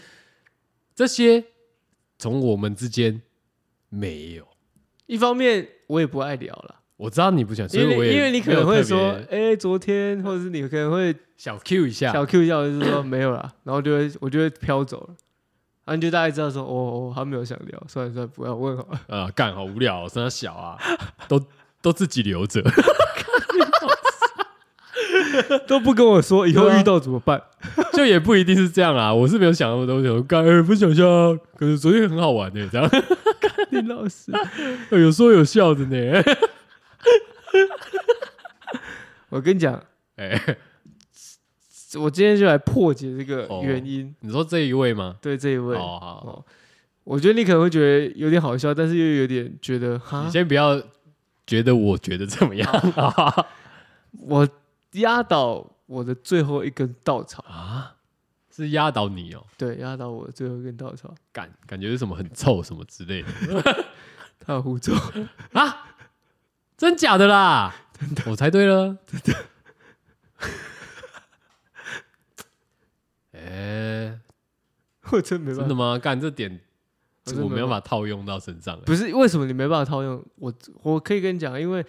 S1: 这些从我们之间没有，
S3: 一方面我也不爱聊了，
S1: 我知道你不喜欢，所
S3: 因
S1: 以
S3: 为
S1: 我
S3: 你
S1: 也
S3: 因为你可能
S1: 没有
S3: 会
S1: 特别
S3: 说，哎，昨天，或者是你可能会
S1: 小 Q 一下，
S3: 小 Q 一下，我就说没有了，然后就会我就会飘走了，然后你就大概知道说，哦，哦他没有想聊，算了算了，不要问好了。
S1: 呃，干好无聊、哦，真的小啊，都都自己留着，
S3: 都不跟我说，以后遇到怎么办？
S1: 就也不一定是这样啊。我是没有想那么多，我想说干、哎不想笑啊，可是昨天很好玩的、这样、
S3: 你老师，
S1: 哎有说有笑的呢。
S3: 我跟你讲，
S1: 哎，
S3: 我今天就来破解这个
S1: 哦
S3: 原因。
S1: 你说这一位吗？哦
S3: 对这一位，哦
S1: 好好好，
S3: 我觉得你可能会觉得有点好笑，但是又有点觉得哈
S1: 你，先不要觉得我觉得怎么 样
S3: 啊我压倒我的最后一根稻草，
S1: 啊？是压倒你哦、
S3: 对，压倒我的最后一根稻草，
S1: 感感觉是什么很臭什么之类的。
S3: 他的胡诌，
S1: 啊，真假的啦？我猜对了，真的。 哎，
S3: 我真没
S1: 真
S3: 办
S1: 的
S3: 法。
S1: 吗？干这点
S3: 我真
S1: 我
S3: 没
S1: 没有
S3: 办
S1: 办法套用到身上、欸。
S3: 不是为什么你没办法套用？我我可以跟你讲，啊因为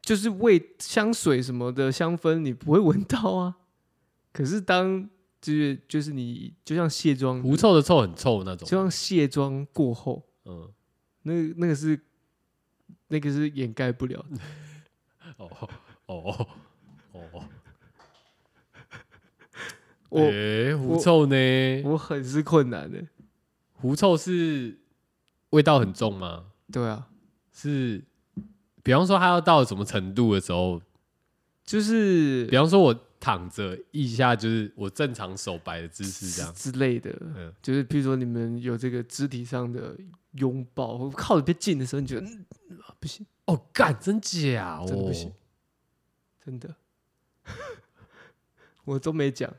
S3: 就是味香水什么的香氛你不会闻到啊， 可是当就是就是你就像卸妆，
S1: 狐臭的臭很臭那
S3: 就
S1: 种，
S3: 像卸妆过后，
S1: 嗯，
S3: 那个那个是那个是掩盖不了
S1: 嗯
S3: 的。
S1: 哦哦哦，
S3: 我、
S1: 哎，狐臭呢？
S3: 我很是困难的，
S1: 狐臭是味道很重吗？
S3: 对啊，
S1: 是，比方说它要到什么程度的时候，
S3: 就是
S1: 比方说我躺着一下，就是我正常手摆的姿势这样。
S3: 之类的，
S1: 嗯
S3: 就是譬如说你们有这个肢体上的拥抱，或靠的比较近的时候，你觉得、嗯、啊不行，
S1: 哦，干，真假？
S3: 真的不行
S1: 哦。
S3: 真的， 我都没讲。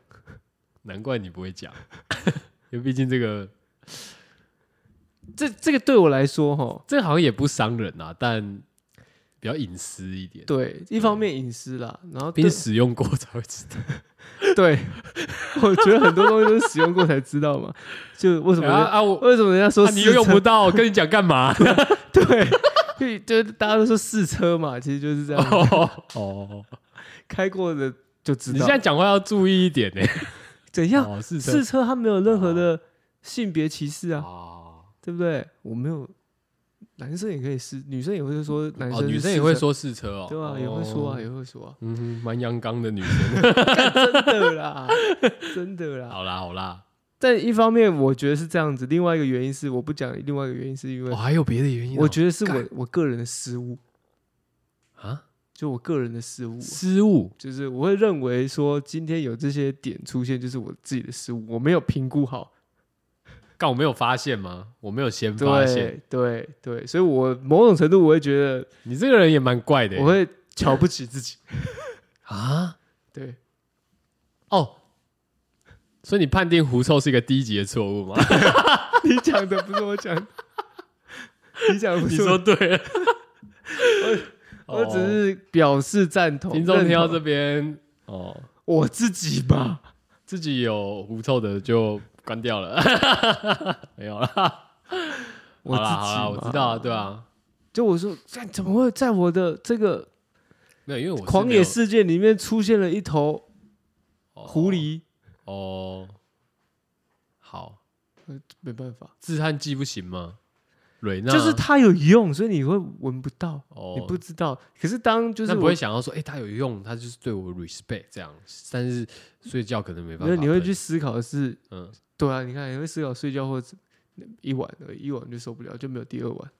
S1: 难怪你不会讲，因为毕竟这个
S3: 这这个对我来说，哈，
S1: 这个好像也不伤人啊，但比较隐私一点，
S3: 对，一方面隐私啦，然后对
S1: 并使用过才会知道。
S3: 对，我觉得很多东西都是使用过才知道嘛。就为什么
S1: 啊
S3: 人、
S1: 啊我。
S3: 为什么人家说
S1: 啊、
S3: 试
S1: 你又用
S3: 车
S1: 不到，我跟你讲干嘛？
S3: 对，就就大家都说试车嘛，其实就是这样，
S1: 哦哦，
S3: 开过的就知
S1: 你
S3: 道。
S1: 现在讲话要注意一点呢。
S3: 怎样？
S1: 哦，是
S3: 试车它没有任何的性别歧视啊，
S1: 哦
S3: 对不对？我没有，男生也可以试，女生也会说男生、
S1: 哦，女生也会，说试车哦，
S3: 对啊，也会说啊，
S1: 哦，
S3: 也会说啊，
S1: 嗯哼，蛮阳刚的女生。
S3: 真的啦，真的啦。
S1: 好啦好啦，
S3: 但一方面我觉得是这样子，另外一个原因是我不讲，另外一个原因是因为
S1: 哦，还有别的原因哦、
S3: 我觉得是
S1: 干
S3: 我我个人的失误，
S1: 啊，
S3: 就我个人的失误啊。
S1: 失误
S3: 就是我会认为说，今天有这些点出现，就是我自己的失误，我没有评估好。
S1: 干我没有发现吗？我没有先发现，
S3: 对对对，所以我某种程度我会觉得，
S1: 你这个人也蛮怪的耶。
S3: 我会瞧不起自己。
S1: 啊，
S3: 对，
S1: 哦，所以你判定狐臭是一个低级的错 误吗？
S3: 你讲的不是 我讲的，你讲的不
S1: 你
S3: 是
S1: 说
S3: 我，
S1: 对了，
S3: 我只是表示赞同。
S1: 哦听众
S3: 认
S1: 听到
S3: 同
S1: 这边哦，
S3: 我自己吧，
S1: 自己有狐臭的就关掉了， 没有了。
S3: 我
S1: 好
S3: 自己
S1: 啦好啦，我知道啊，对。啊，
S3: 就我说，干怎么会在我的这个
S1: 没有，因为我
S3: 狂
S1: 没有
S3: 野事件里面出现了一头
S1: 哦
S3: 狐狸？
S1: 哦，好，
S3: 没办法，
S1: 自汗剂不行吗？蕊娜
S3: 就是它有用，所以你会闻不到。
S1: 哦，
S3: 你不知道。可是当就是
S1: 那不
S3: 我
S1: 会，想要说，哎、他有用，他就是对我 respect 这样，但是睡觉可能没办
S3: 因
S1: 法
S3: 为
S1: 喷。
S3: 你会去思考的是，
S1: 嗯，
S3: 对啊，你看你会思考睡觉或者一晚而已，一晚就受不了，就没有第二晚，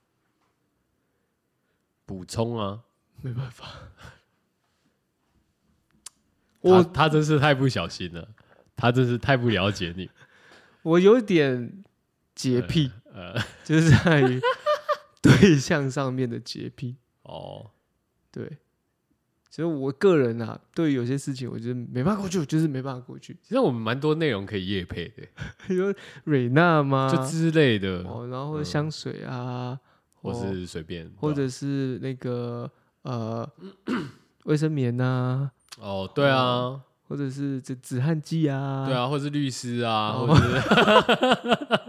S1: 补充啊，
S3: 没办法。
S1: 我
S3: 我
S1: 他真是太不小心了，他真是太不了解你。
S3: 我有点洁癖，
S1: 呃，
S3: 就是在于 对象上面的洁癖。
S1: 哦，
S3: 对，所以我个人啊，对于有些事情，我觉得没办法过去，我就是没办法过去。
S1: 其实我们蛮多内容可以夜配的、
S3: 比如说蕊娜嘛，
S1: 就之类的，
S3: 啊哦，然后香水啊，
S1: 或
S3: 哦
S1: 是随便，
S3: 或者是那个呃卫生棉呐、
S1: 哦，对啊，
S3: 或者是这止汗剂啊，
S1: 对，啊，或是律师啊，
S3: 哦
S1: 或是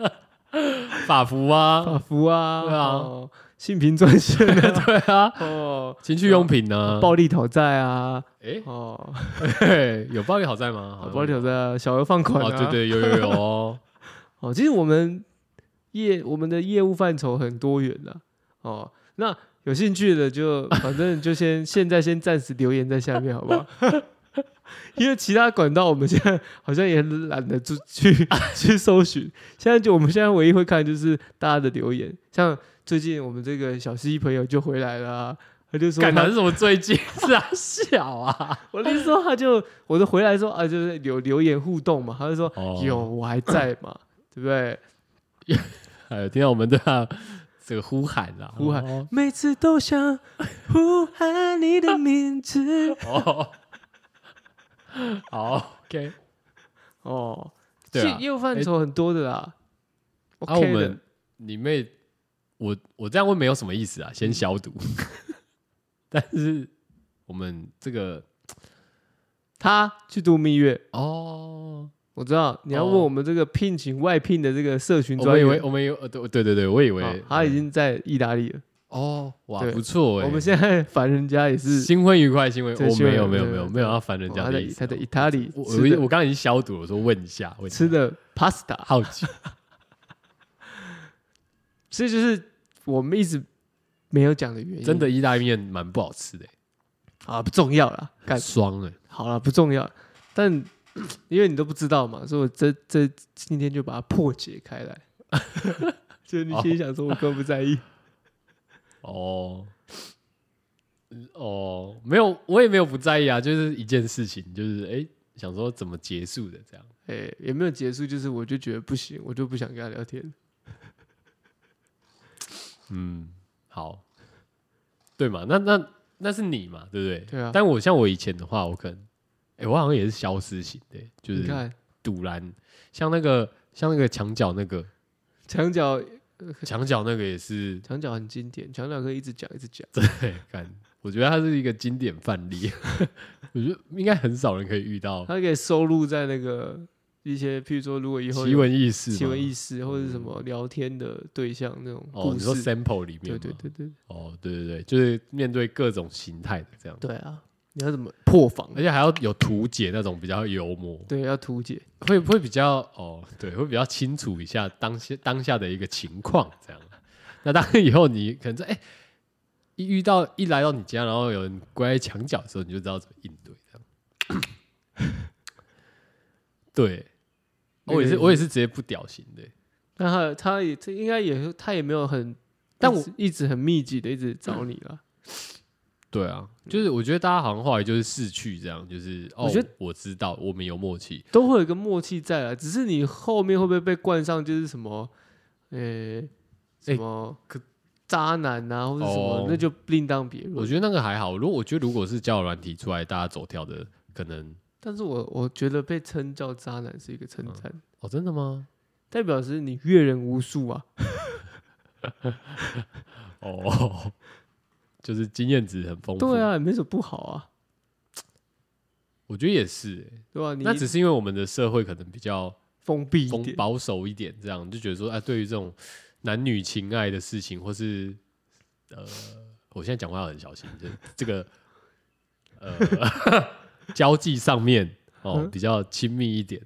S1: 法服啊，
S3: 法服啊，
S1: 对啊
S3: 哦性平专线 啊，
S1: 对啊，
S3: 哦，
S1: 情趣用品呢、啊？
S3: 暴力讨债啊，
S1: 哎、
S3: 哦，
S1: 嘿有暴力好在吗？好像
S3: 暴力讨债啊，小额放款啊，
S1: 哦，对，对，有有有 哦。
S3: 哦，其实我们业我们的业务范畴很多元的、哦，那。有兴趣的就反正就先现在先暂时留言在下面好不好？ 因为其他管道我们现在好像也懒得去去去搜寻，现在就我们现在唯一会看就是大家的留言，像最近我们这个小西朋友就回来了啊、他就说
S1: 干
S3: 他
S1: 嘛是什么最近 是啊小啊，
S3: 我的意思说他就我就回来说啊，就是有留言互动嘛，他就说、
S1: 哦
S3: 有我还在嘛，对不对？
S1: 哎，听到我们对他 这个呼喊啦，
S3: 呼喊
S1: 哦
S3: 每次都想呼喊你的 名字
S1: 哦，好，OK，
S3: 哦，哎
S1: 对啊
S3: 其实业务范畴很多的啦。
S1: 啊，我
S3: OK 的
S1: 们，你妹，我我这样问没有什么意思啊，先消毒， 但是我们这个
S3: 他去度蜜月，
S1: 哦，
S3: 我知道你要问
S1: 哦
S3: 我们这个聘请外聘的这个社群
S1: 我们
S3: 专
S1: 以
S3: 员，
S1: 为我们有呃对对对对，我以为
S3: 哦他已经在意大利了。
S1: 哦哇
S3: 对
S1: 不错哎，
S3: 我们现在烦人家也是，
S1: 新婚愉快，新婚
S3: 对
S1: 我
S3: 新婚
S1: 没有
S3: 愉
S1: 没有
S3: 快
S1: 没有
S3: 对
S1: 没有要烦人
S3: 哦
S1: 家
S3: 他
S1: 的
S3: 在
S1: 意思
S3: 他在
S1: 哦
S3: 意大利
S1: 我
S3: 吃
S1: 我我
S3: 的
S1: 刚才已经消毒了，我说问一下，问一下
S3: 吃的哎 pasta，
S1: 好 奇，
S3: 所以就是我们一直没有讲的原因。
S1: 真的意大利面蛮不好吃的、
S3: 啊，不重要啦，干
S1: 酸哎、
S3: 好了，不重要。但 因为你都不知道嘛，所以我这这今天就把它破解开来。 就你心里想说，我更不在意。
S1: 哦，嗯哦，没有，我也没有不在意啊，就是一件事情，就是哎、诶想说怎么结束的这样。
S3: 哎、也没有结束，就是我就觉得不行，我就不想跟他聊天。
S1: 嗯，好，对嘛？那那那是你嘛，对不对？
S3: 对啊
S1: 但我像我以前的话，我可能，哎、我好像也是消失型的、就
S3: 你
S1: 是
S3: 看
S1: 堵拦，像那个像那个墙角那个
S3: 墙角，呃
S1: 墙角那个也是，
S3: 墙角很经典，墙角可以一直讲一直讲。
S1: 对，看，我觉得它是一个经典范例，我觉得应该很少人可以遇到
S3: 它可以收录在那个一些，譬如说，如果以后
S1: 奇闻异事嘛，嗯
S3: 奇闻异事或者是什么聊天的对象那种
S1: 哦，
S3: 故
S1: 你
S3: 事，
S1: 说 sample 里面
S3: 对
S1: 吗，
S3: 对对对
S1: 哦，对对对，就是面对各种形态的这样，
S3: 对啊，你要怎么破防？
S1: 而且还要有图解那种比较幽默，
S3: 对，要图解。
S1: 会会比较哦，对，会比较清楚一下当下当下的一个情况这样。那当然以后你可能说，哎、一遇到一来到你家，然后有人跪在墙角的时候，你就知道怎么应对这样。对，
S3: 那个
S1: 我也是，我也是直接不屌型的、
S3: 那他他也他应该也他也没有很，
S1: 但
S3: 一
S1: 我
S3: 直一直很密集的一直找你啦。
S1: 对啊，就是我觉得大家好像后来就是逝去这样，就是哦，
S3: 我觉得
S1: 我知道我们有默契，
S3: 都会有一个默契在啊，只是你后面会不会被冠上就是什么，呃、什么
S1: 可
S3: 渣男啊，或者什么，
S1: 哦
S3: 那就另当别论。
S1: 我觉得那个还好。如果我觉得如果是交友软体出来，大家走跳的可能
S3: 但是我我觉得被称叫渣男是一个称赞，
S1: 哦，真的吗？
S3: 代表是你阅人无数啊。
S1: 哦， 就是经验值很丰富。
S3: 对，啊，也没什么不好啊，
S1: 我觉得也是欸、
S3: 对吧、你
S1: 那只是因为我们的社会可能比较
S3: 封闭一
S1: 封
S3: 点，
S1: 保守一点，这样就觉得说，啊，对于这种男女情爱的事情，或是呃，我现在讲话要很小心，就是这 个呃 交际上面哦
S3: 嗯
S1: 比较亲密一点，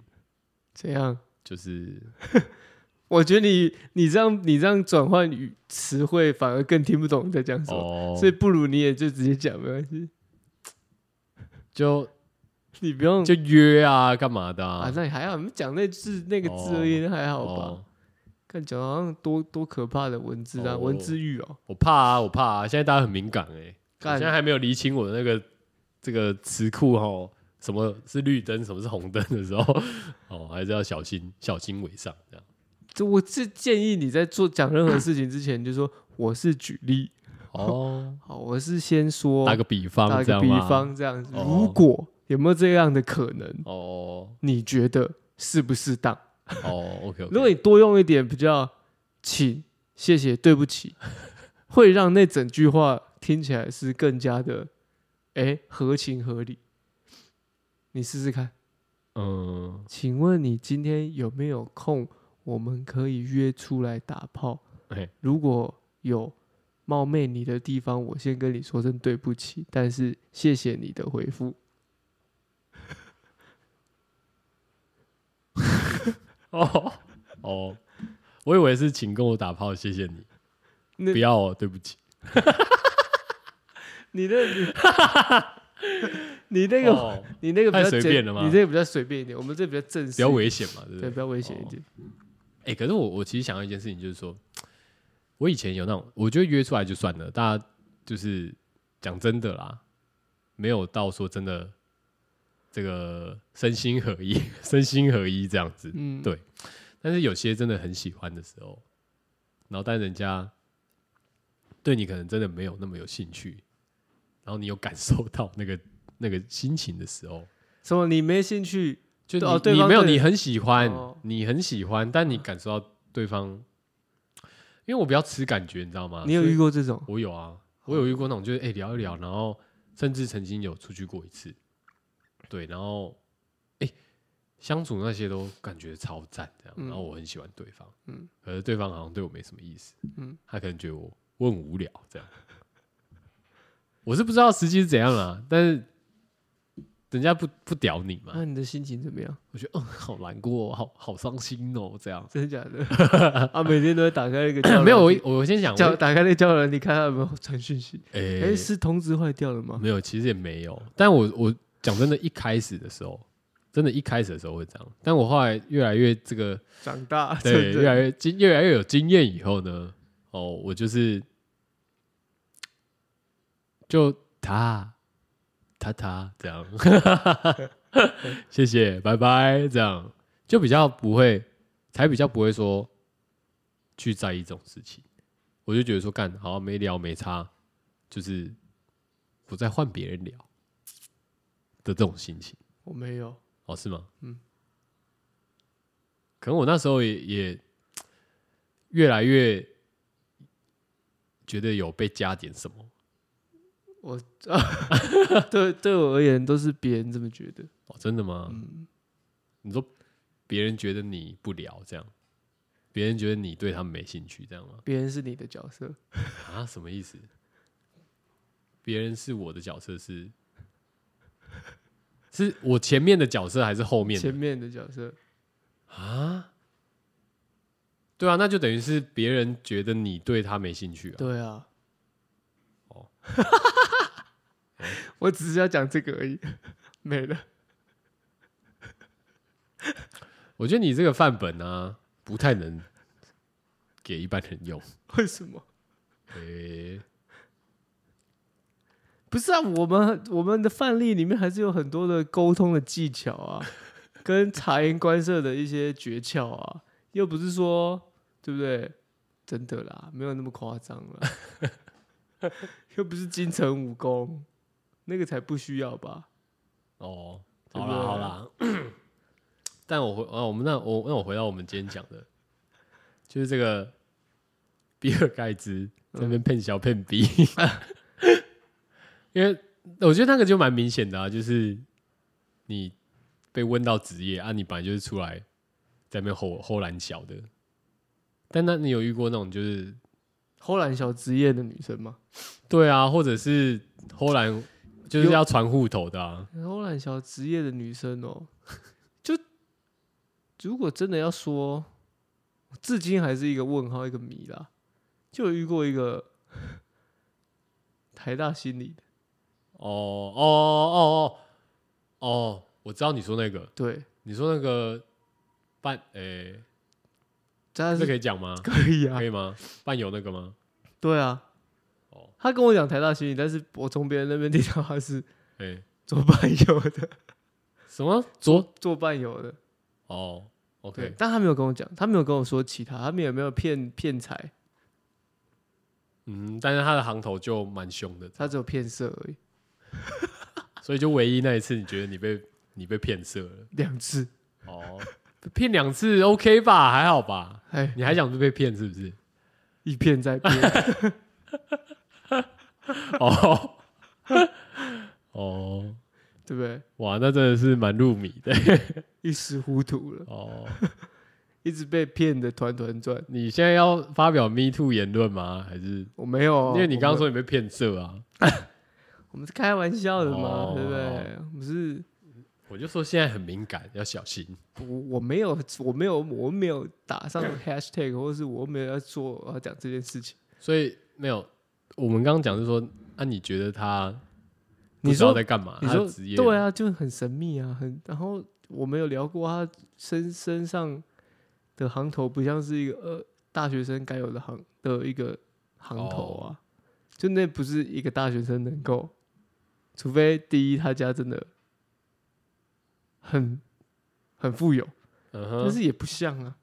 S3: 怎样？
S1: 就是
S3: 我觉得你你这样你这样转换语词汇，反而更听不懂你在讲什么，
S1: 哦，
S3: 所以不如你也就直接讲 没关系，
S1: 就
S3: 你不用
S1: 就约啊，干嘛的
S3: 啊
S1: 啊？，
S3: 那你还好，你讲那字那个字而已，那还好吧？
S1: 哦，
S3: 看讲得好像多多可怕的文字啊，
S1: 哦
S3: 文字狱哦，
S1: 我怕啊，我怕啊！现在大家很敏感哎、我
S3: 干
S1: 现在还没有厘清我的那个这个词库哈，什么是绿灯，什么是红灯的时候， 哦，还是要小心小心为上这样。
S3: 这我是建议你在做讲任何事情之前，就说我是举例，
S1: 哦，
S3: 好，我是先说
S1: 打个比方，
S3: 打
S1: 这样
S3: 比
S1: 吗
S3: 方这样子，
S1: 哦
S3: 如果有没有这样的可能，
S1: 哦
S3: 你觉得适不适当？
S1: 哦，OK，,
S3: 如果你多用一点比较，请、谢谢、对不 起，会让那整句话听起来是更加的，哎、合情合理。你试试看。
S1: 嗯，
S3: 请问你今天有没有空？我们可以约出来打炮。
S1: 哎，
S3: 如果有冒昧你的地方，我先跟你说声对不起，但是谢谢你的回复。
S1: 哦哦，我以为是请跟我打炮，谢谢你，
S3: 那
S1: 不要、哦，对不起。
S3: 你那，你 你那个，
S1: 哦、
S3: 你那个比
S1: 太
S3: 较
S1: 随
S3: 简
S1: 便了吗
S3: 你这个比较随便一点，我们这比较正式一
S1: 比
S3: 点，
S1: 较危险嘛，对不
S3: 对，
S1: 对
S3: 比？较危险一
S1: 哦
S3: 点。
S1: 哎、可是我我其实想到一件事情，就是说，我以前有那种，我觉得约出来就算了，大家就是讲真的啦，没有到说真的这个身心合一、 身心合一这样子。
S3: 嗯，
S1: 对但是有些真的很喜欢的时候，然后但人家对你可能真的没有那么有兴趣，然后你有感受到那个那个心情的时候，
S3: 什么你没兴趣？
S1: 就你、
S3: 对哦对
S1: 你
S3: 方
S1: 没有
S3: 对
S1: 你很喜欢，
S3: 哦嗯
S1: 你很喜欢，但你感受到对方，因为我比较吃感觉，你知道吗？
S3: 你有
S1: 啊所以
S3: 遇过这种？
S1: 我有啊，我有遇过那种，就是哎、诶聊一聊，然后甚至曾经有出去过一次，对，然后哎、诶相处那些都感觉超赞，这样，
S3: 嗯
S1: 然后我很喜欢对方，
S3: 嗯
S1: 可是对方好像对我没什么意思，
S3: 嗯
S1: 他可能觉得我我很无聊这样，我是不知道实际是怎样啦，但是人家不不屌你嘛，
S3: 那、你的心情怎么 样？
S1: 我觉得嗯，好难过，好好伤心哦，这 样。
S3: 真的 假的？啊，每天都会打开那个交友
S1: 没有，
S3: 软
S1: 我
S3: 体
S1: 我先讲，
S3: 叫
S1: 我
S3: 打开那个交友软体，看他有没有传讯息。哎、
S1: 诶
S3: 是通知坏掉了吗？
S1: 没有，其实也没有。但我我讲真的，一开始的时候，真的一开始的时候会这样，但我后来越来越这个
S3: 长大，
S1: 对，
S3: 啊真的
S1: 越来越经越来越有经验以后呢，哦，我就是就他他他这样， 谢谢，拜拜，这样就比较不会，才比较不会说去在意这种事情。我就觉得说，干好没聊没差，就是我在换别人聊的这种心情。
S3: 我没有，
S1: 哦，是吗？
S3: 嗯，
S1: 可能我那时候也也越来越觉得有被加点什么。
S3: 对对我而言都是别人这么觉得。
S1: 哦，真的吗？
S3: 嗯
S1: 你说别人觉得你不聊这样，别人觉得你对他们没兴趣这样吗？
S3: 别人是你的角色，
S1: 啊，什么意思？别人是我的角色是， 是我前面的角色还是后面
S3: 前
S1: 的？
S3: 面的角色，
S1: 对啊，那就等于是别人觉得你对他没兴趣啊。
S3: 对啊。
S1: 哦
S3: 我只是要讲这个而已， 没了。
S1: 我觉得你这个范本啊，不太能给一般人用。
S3: 为什么？
S1: 诶、
S3: 不是啊，我们我们的范例里面还是有很多的沟通的技巧啊，跟察言观色的一些诀窍啊，又不是说对不对？真的啦，没有那么夸张啦，又不是金城武功，那个才不需要吧？
S1: 哦，
S3: 对
S1: 好
S3: 不
S1: 啦
S3: 对
S1: 好啦， 但我回啊，我们那我那我回到我们今天讲的，就是这个 比尔盖茨在那边骗小骗逼， 因为我觉得那个就蛮明显的啊，就是你被问到职业啊，你本来就是出来在那边吼吼懒小的，但那你有遇过那种就是
S3: 偷懒小职业的女生吗？
S1: 对啊，或者是后来就是
S3: 有
S1: 要传户头的啊，
S3: 偷懒小职业的女生哦， 就如果真的要说，我至今还是一个问号，一个谜啦。就有遇过一个 台大心理的，
S1: 哦哦哦哦哦，我知道你说那个，
S3: 对，
S1: 你说那个伴诶、
S3: 但
S1: 这
S3: 是
S1: 可以讲吗？
S3: 可以啊
S1: 可，以吗？伴游那个吗？
S3: 对啊
S1: 哦。
S3: 他跟我讲台大心理，但是我从别人那边听到他是
S1: 诶、
S3: 做伴游的，
S1: 什么左？
S3: 做伴游的。
S1: 哦
S3: 对
S1: ，OK，，
S3: 但他没有跟我讲，他没有跟我说其他，他们有没有骗骗财，
S1: 嗯，但是他的行头就蛮凶的，
S3: 他只有骗色而已，
S1: 所以就唯一那一次，你觉得你被你被骗色了？
S3: 两次。
S1: 哦，被骗两次 OK 吧，还好吧？
S3: 哎，
S1: 你还想被骗是不是？
S3: 一骗再骗，
S1: 哦哦，
S3: 对不对？
S1: 哇，那真的是蛮入迷的
S3: 一时糊涂了，
S1: 哦。
S3: 一直被骗的团团转。
S1: 你现在要发表 Me Too 言论吗？还是
S3: 我没有，
S1: 因为你刚刚
S3: 哦我
S1: 说你被骗色啊？
S3: 们我们是开玩笑的嘛，
S1: 哦
S3: 对不对？我们是，
S1: 我就说现在很敏感，要小心。
S3: 我我没有，我没有，我没有 打上 hashtag，或是我没有要做我要讲这件事情。
S1: 所以没有，我们刚刚讲是说，啊，你觉得他不
S3: 你
S1: 知道
S3: 说
S1: 在干嘛？
S3: 你
S1: 他
S3: 说
S1: 的职业
S3: 对，啊，就很神秘啊，很。然后我们有聊过他身身上的行头，不像是一个呃大学生该有的行的一个行头啊，
S1: 哦
S3: 就那不是一个大学生能够，除非第一他家真的很很富有，
S1: 嗯
S3: 但
S1: 哼，
S3: 是也不像啊，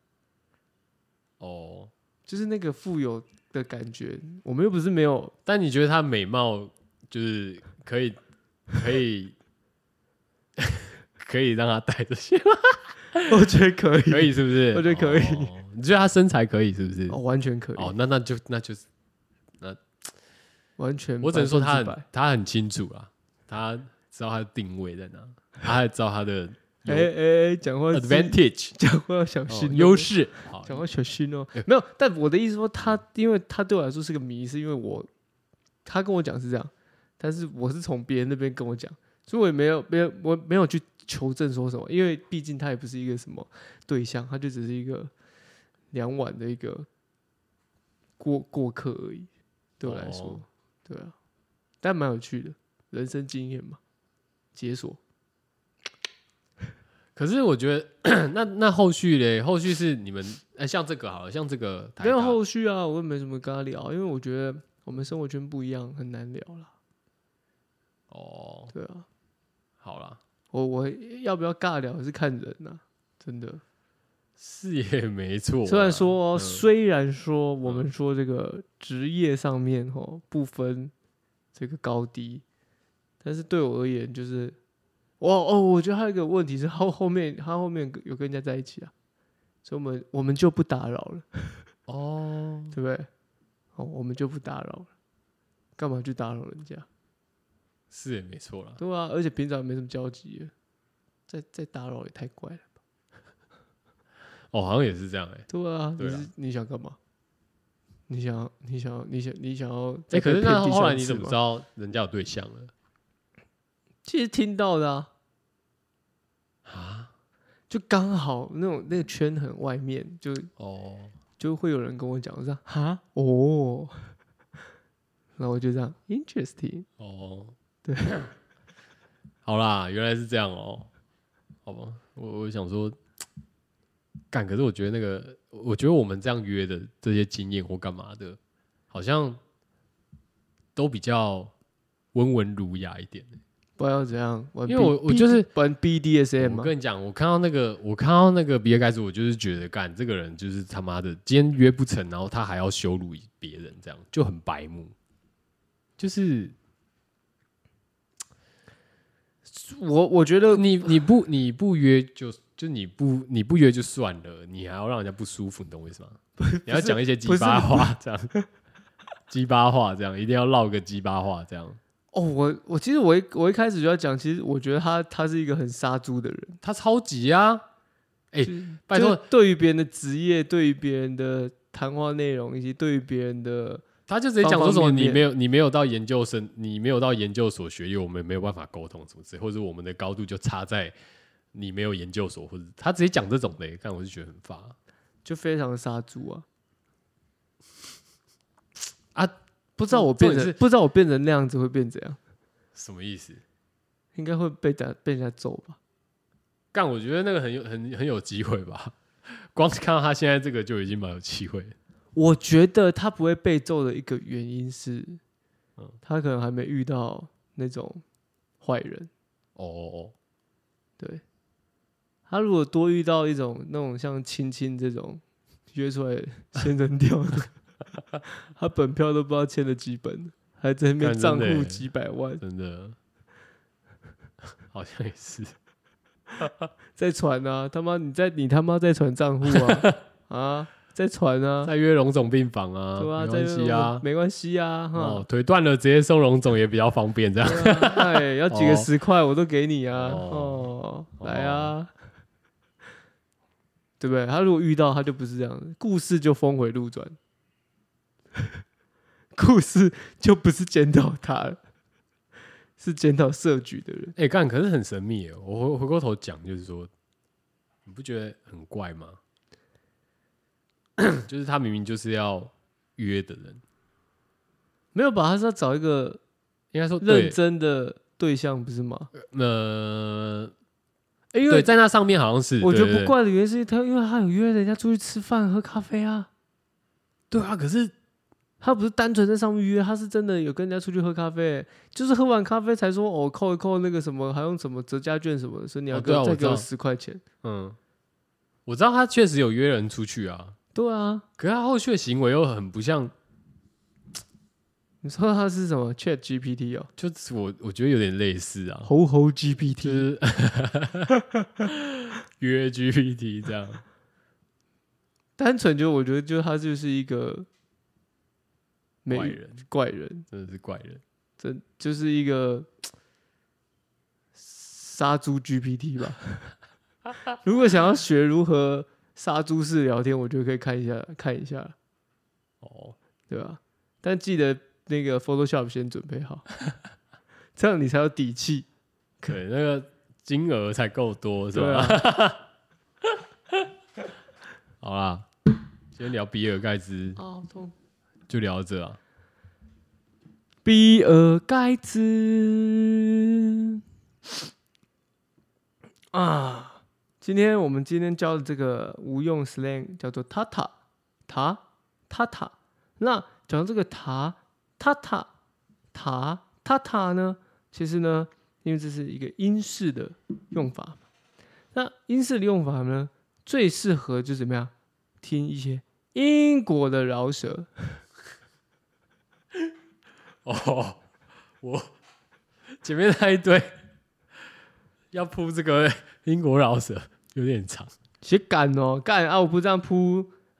S1: 哦，
S3: 就是那个富有的感觉，我们又不是没有
S1: 但你觉得他美貌就是可以可以 可以让他带这些吗？
S3: 我觉得可以，
S1: 可以是不是？
S3: 我觉得可以
S1: 哦你觉得他身材可以是不是？
S3: 哦，完全可以，
S1: 哦，那那就那就是
S3: 完全，
S1: 我只能说他
S3: 百
S1: 很。他很清楚啊，他知道他的定位在哪，他还知道他的优
S3: 哎哎，哎讲话是
S1: advantage
S3: 讲话要小
S1: 哦哎
S3: 心哦
S1: 优，势。好，
S3: 讲话小心哦。没有，但我的意思说他，因为他对我来说是个谜，是因为我他跟我讲是这样，但是我是从别人那边跟我讲，所以我也没有没有我没有去求证说什么，因为毕竟他也不是一个什么对象，他就只是一个两晚的一个过过客而已，对我来说，
S1: 哦
S3: 对啊，但蛮有趣的，人生经验嘛，解锁。
S1: 可是我觉得 那那后续嘞，后续是你们哎，像这个好了，像这个台
S3: 没有
S1: 大
S3: 后续啊，我也没什么跟他聊，因为我觉得我们生活圈不一样，很难聊啦。
S1: 哦，
S3: 对啊，
S1: 好啦，
S3: 我我要不要尬聊是看人呐、真的。
S1: 是也没错啦。
S3: 虽然说，
S1: 嗯
S3: 虽然说我们说这个职业上面哦不分这个高低。但是对我而言，就是我哦，我觉得还有一个问题是，他后面他后面有跟人家在一起啊，所以我们我们就不打扰了，
S1: 哦，
S3: 对不对？哦，我们就不打扰了，干嘛去打扰人家？
S1: 是也没错啦。
S3: 对啊，而且平常也没什么交集了，再再打扰也太怪了。
S1: 哦，好像也是这样哎、
S3: 对啊，
S1: 对
S3: 你
S1: 啊
S3: 是你想干嘛？你想你想你想你想要
S1: 哎、
S3: 再
S1: 可是
S3: 被骗第三次吗？
S1: 那后来你怎么知道人家有对象了
S3: 其实听到的啊，
S1: 啊？
S3: 就刚好那种那个圈很外面，就
S1: 哦，
S3: 就会有人跟我讲，我说哈哦， 然后我就这样 interesting，
S1: 哦，
S3: 对，
S1: 好啦，原来是这样哦、好吧，我我想说，干，可是我觉得那个，我觉得我们这样约的这些经验或干嘛的，好像都比较温文儒雅一点。
S3: 不知道怎样，玩
S1: 因为我
S3: B-
S1: 我就是
S3: B- 玩 BDSM
S1: 我
S3: 嘛，
S1: 跟你讲，我看到那个，我看到那个比尔盖茨，我就是觉得干这个人就是他妈的，今天约不成，然后他还要羞辱别人，这样就很白目。就是
S3: 我我觉得
S1: 你你不你不约就就你不你不约就算了，你还要让人家不舒服，你懂我意思吗？你要讲一些鸡巴话这样，鸡巴话这样，一定要唠个鸡巴话这样。
S3: 哦，我我其实我一我一开始就要讲，其实我觉得他他是一个很杀猪的人，
S1: 他超级啊，哎、
S3: 就是
S1: 拜托，
S3: 就是对于别人的职业，对于别人的谈话内容，以及对于别人的
S1: 他就直接讲说什么
S3: 方方面面
S1: 你没有你没有到研究生，你没有到研究所学历，我们没有办法沟通什么之类，或者我们的高度就差在你没有研究所，或者他直接讲这种的、欸，看我就觉得很发
S3: 就非常的杀猪 啊！
S1: 啊，
S3: 不知道我
S1: 重
S3: 变
S1: 点
S3: 成
S1: 是
S3: 不知道我变成那样子会变怎样，
S1: 什么意思？
S3: 应该会被打被人家揍吧？
S1: 干，我觉得那个很有很很有机会吧， 光是看到他现在这个就已经蛮有机会了。
S3: 我觉得他不会被揍的一个原因是
S1: 嗯，
S3: 他可能还没遇到那种坏人。
S1: 哦哦
S3: 对，他如果多遇到一种那种像青青这种约出 来先扔掉的，他本票都不知道欠了几本，还在那边
S1: 干
S3: 账
S1: 真的
S3: 户
S1: 欸
S3: 几百万
S1: 哦，，真的，好像也是。
S3: 在传啊！他妈，你在你他妈在传账户 啊啊，在传啊，
S1: 再约龙总病房啊，
S3: 对啊，
S1: 没
S3: 在
S1: 关系啊。
S3: 没关系啊，哈
S1: 哦，，腿断了直接送龙总也比较方便，这样。
S3: 对啊哎，要几个
S1: 哦
S3: 十块我都给你啊，哦
S1: 哦，
S3: 来啊， 对不对？他如果遇到他就不是这样的，故事就峰回路转， 故事就不是检讨他了，是检讨设局的人。
S1: 哎、干，可是很神秘耶。我回回过头讲，就是说，你不觉得很怪吗？ 就是他明明就是要约的人，
S3: 没有吧？他是要找一个
S1: 应该说
S3: 认
S1: 对，
S3: 真的对象，不是吗？
S1: 呃，
S3: 哎因为
S1: 对，在那上面好像是，
S3: 我觉
S1: 对
S3: 得不。怪的原因是他，因为他有约人家出去吃饭、喝咖啡啊。
S1: 对对啊，可是
S3: 他不是单纯在上面约，他是真的有跟人家出去喝咖啡，就是喝完咖啡才说哦，扣一扣那个什么，还用什么折价券什么的，所以你要
S1: 哦
S3: 给
S1: 对
S3: 我、
S1: 啊我
S3: 再
S1: 知
S3: 给我
S1: 道
S3: 十块钱。
S1: 嗯，我知道他确实有约人出去啊，
S3: 对啊，
S1: 可是他后续的行为又很不像，
S3: 你说他是什么 Chat GPT 哦，
S1: 就是我我觉得有点类似啊，
S3: 猴猴
S1: 就
S3: GPT，
S1: 是 约 GPT 这样。
S3: 单纯就我觉得就他就是一个没
S1: 怪人，
S3: 怪人，
S1: 真的是怪人。
S3: 这就是一个杀猪 GPT 吧。如果想要学如何杀猪式聊天，我觉得可以看一下看一下。
S1: 哦，
S3: 对吧？但记得那个 Photoshop 先准备 好，这样你才有底气。
S1: 对，那个金额才够多是
S3: 对
S1: 吧？
S3: 啊，
S1: 好啦，今天聊比尔盖茨
S3: 啊，好痛！
S1: 就聊到这啊。
S3: 比尔盖茨啊，今天我们今天教的这个无用 slang 叫做塔塔塔塔塔。那讲到这个塔塔塔塔塔塔呢，其实呢，因为这是一个英式的用法，那英式的用法呢，最适合就是怎么样，听一些英国的饶舌。
S1: 哦，我 前面那一堆 要铺这个英国饶舌有点长，
S3: 写敢哦，干啊！我不这样铺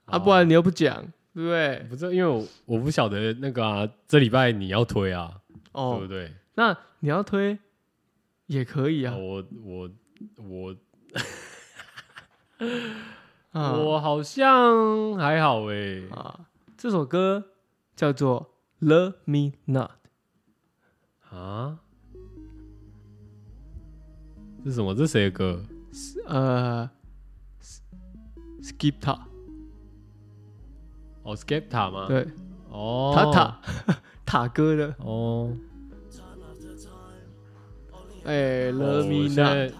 S1: 哦
S3: 啊，不然你又不讲，对不对？
S1: 不是因为我我不晓得那个啊，这礼拜你要推啊，对不
S3: 哦，
S1: 对？
S3: 那你要推也可以
S1: 啊
S3: 啊，
S1: 我我我、
S3: 啊
S1: 我好像还好哎、
S3: 啊，这首歌叫做《Love Me Not》，
S1: 啊，这是什么？这谁的歌？
S3: 呃，Skip 它，
S1: 哦，Skepta 吗？，
S3: 对，
S1: 哦，
S3: 塔塔塔哥的，
S1: 哦，
S3: 哎
S1: 哦
S3: ，Love Me
S1: 我现
S3: Not
S1: 在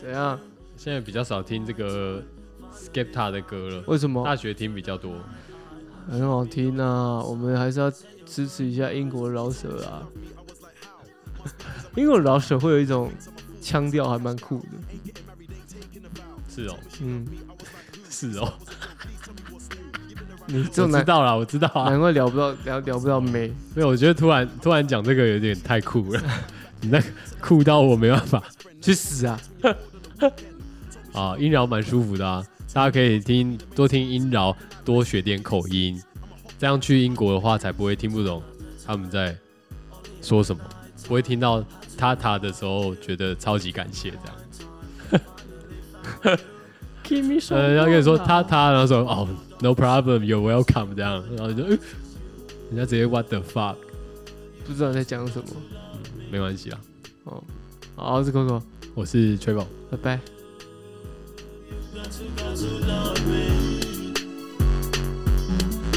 S3: 怎样？
S1: 现在比较少听这个 Skepta 的歌了，
S3: 为什么
S1: 大学听比较多。
S3: 很好听啊？我们还是要支持一下英国饶舌啊，英国饶舌会有一种腔调还蛮酷的，
S1: 是哦，
S3: 嗯，
S1: 是哦，
S3: 你这
S1: 我知
S3: 种难
S1: 道啦，我知道啊
S3: 难。怪聊不到聊聊不到妹，
S1: 没有，我觉得突然突然讲这个有点太酷了， 你那个酷到我没办法
S3: 去死啊！
S1: 啊。音饶蛮舒服的啊，大家可以听多听音饶，多学点口音，这样去英国的话才不会听不懂他们在说什么，不会听到他他的时候觉得超级感谢这样。
S3: 啊
S1: 呃，然后跟你说他他，然后说哦，no problem，you're welcome 这样，然后就、呃人家直接 what the fuck，
S3: 不知道在讲什么。
S1: 没关系啦，啊
S3: 哦，好，我是 Coco，
S1: 我是 t r i v o
S3: 拜拜。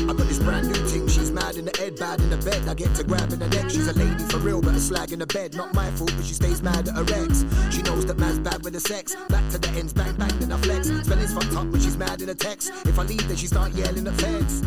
S2: I got this brand new ting, she's mad in the head, bad in the bed. I get to grabbing her neck, she's a lady for real, but a slag in the bed. Not my fault, but she stays mad at her ex. She knows that man's bad with the sex. Back to the ends, bang bang, then I flex. Spelling's fucked up, but she's mad in the text. If I leave, then she start yelling at feds.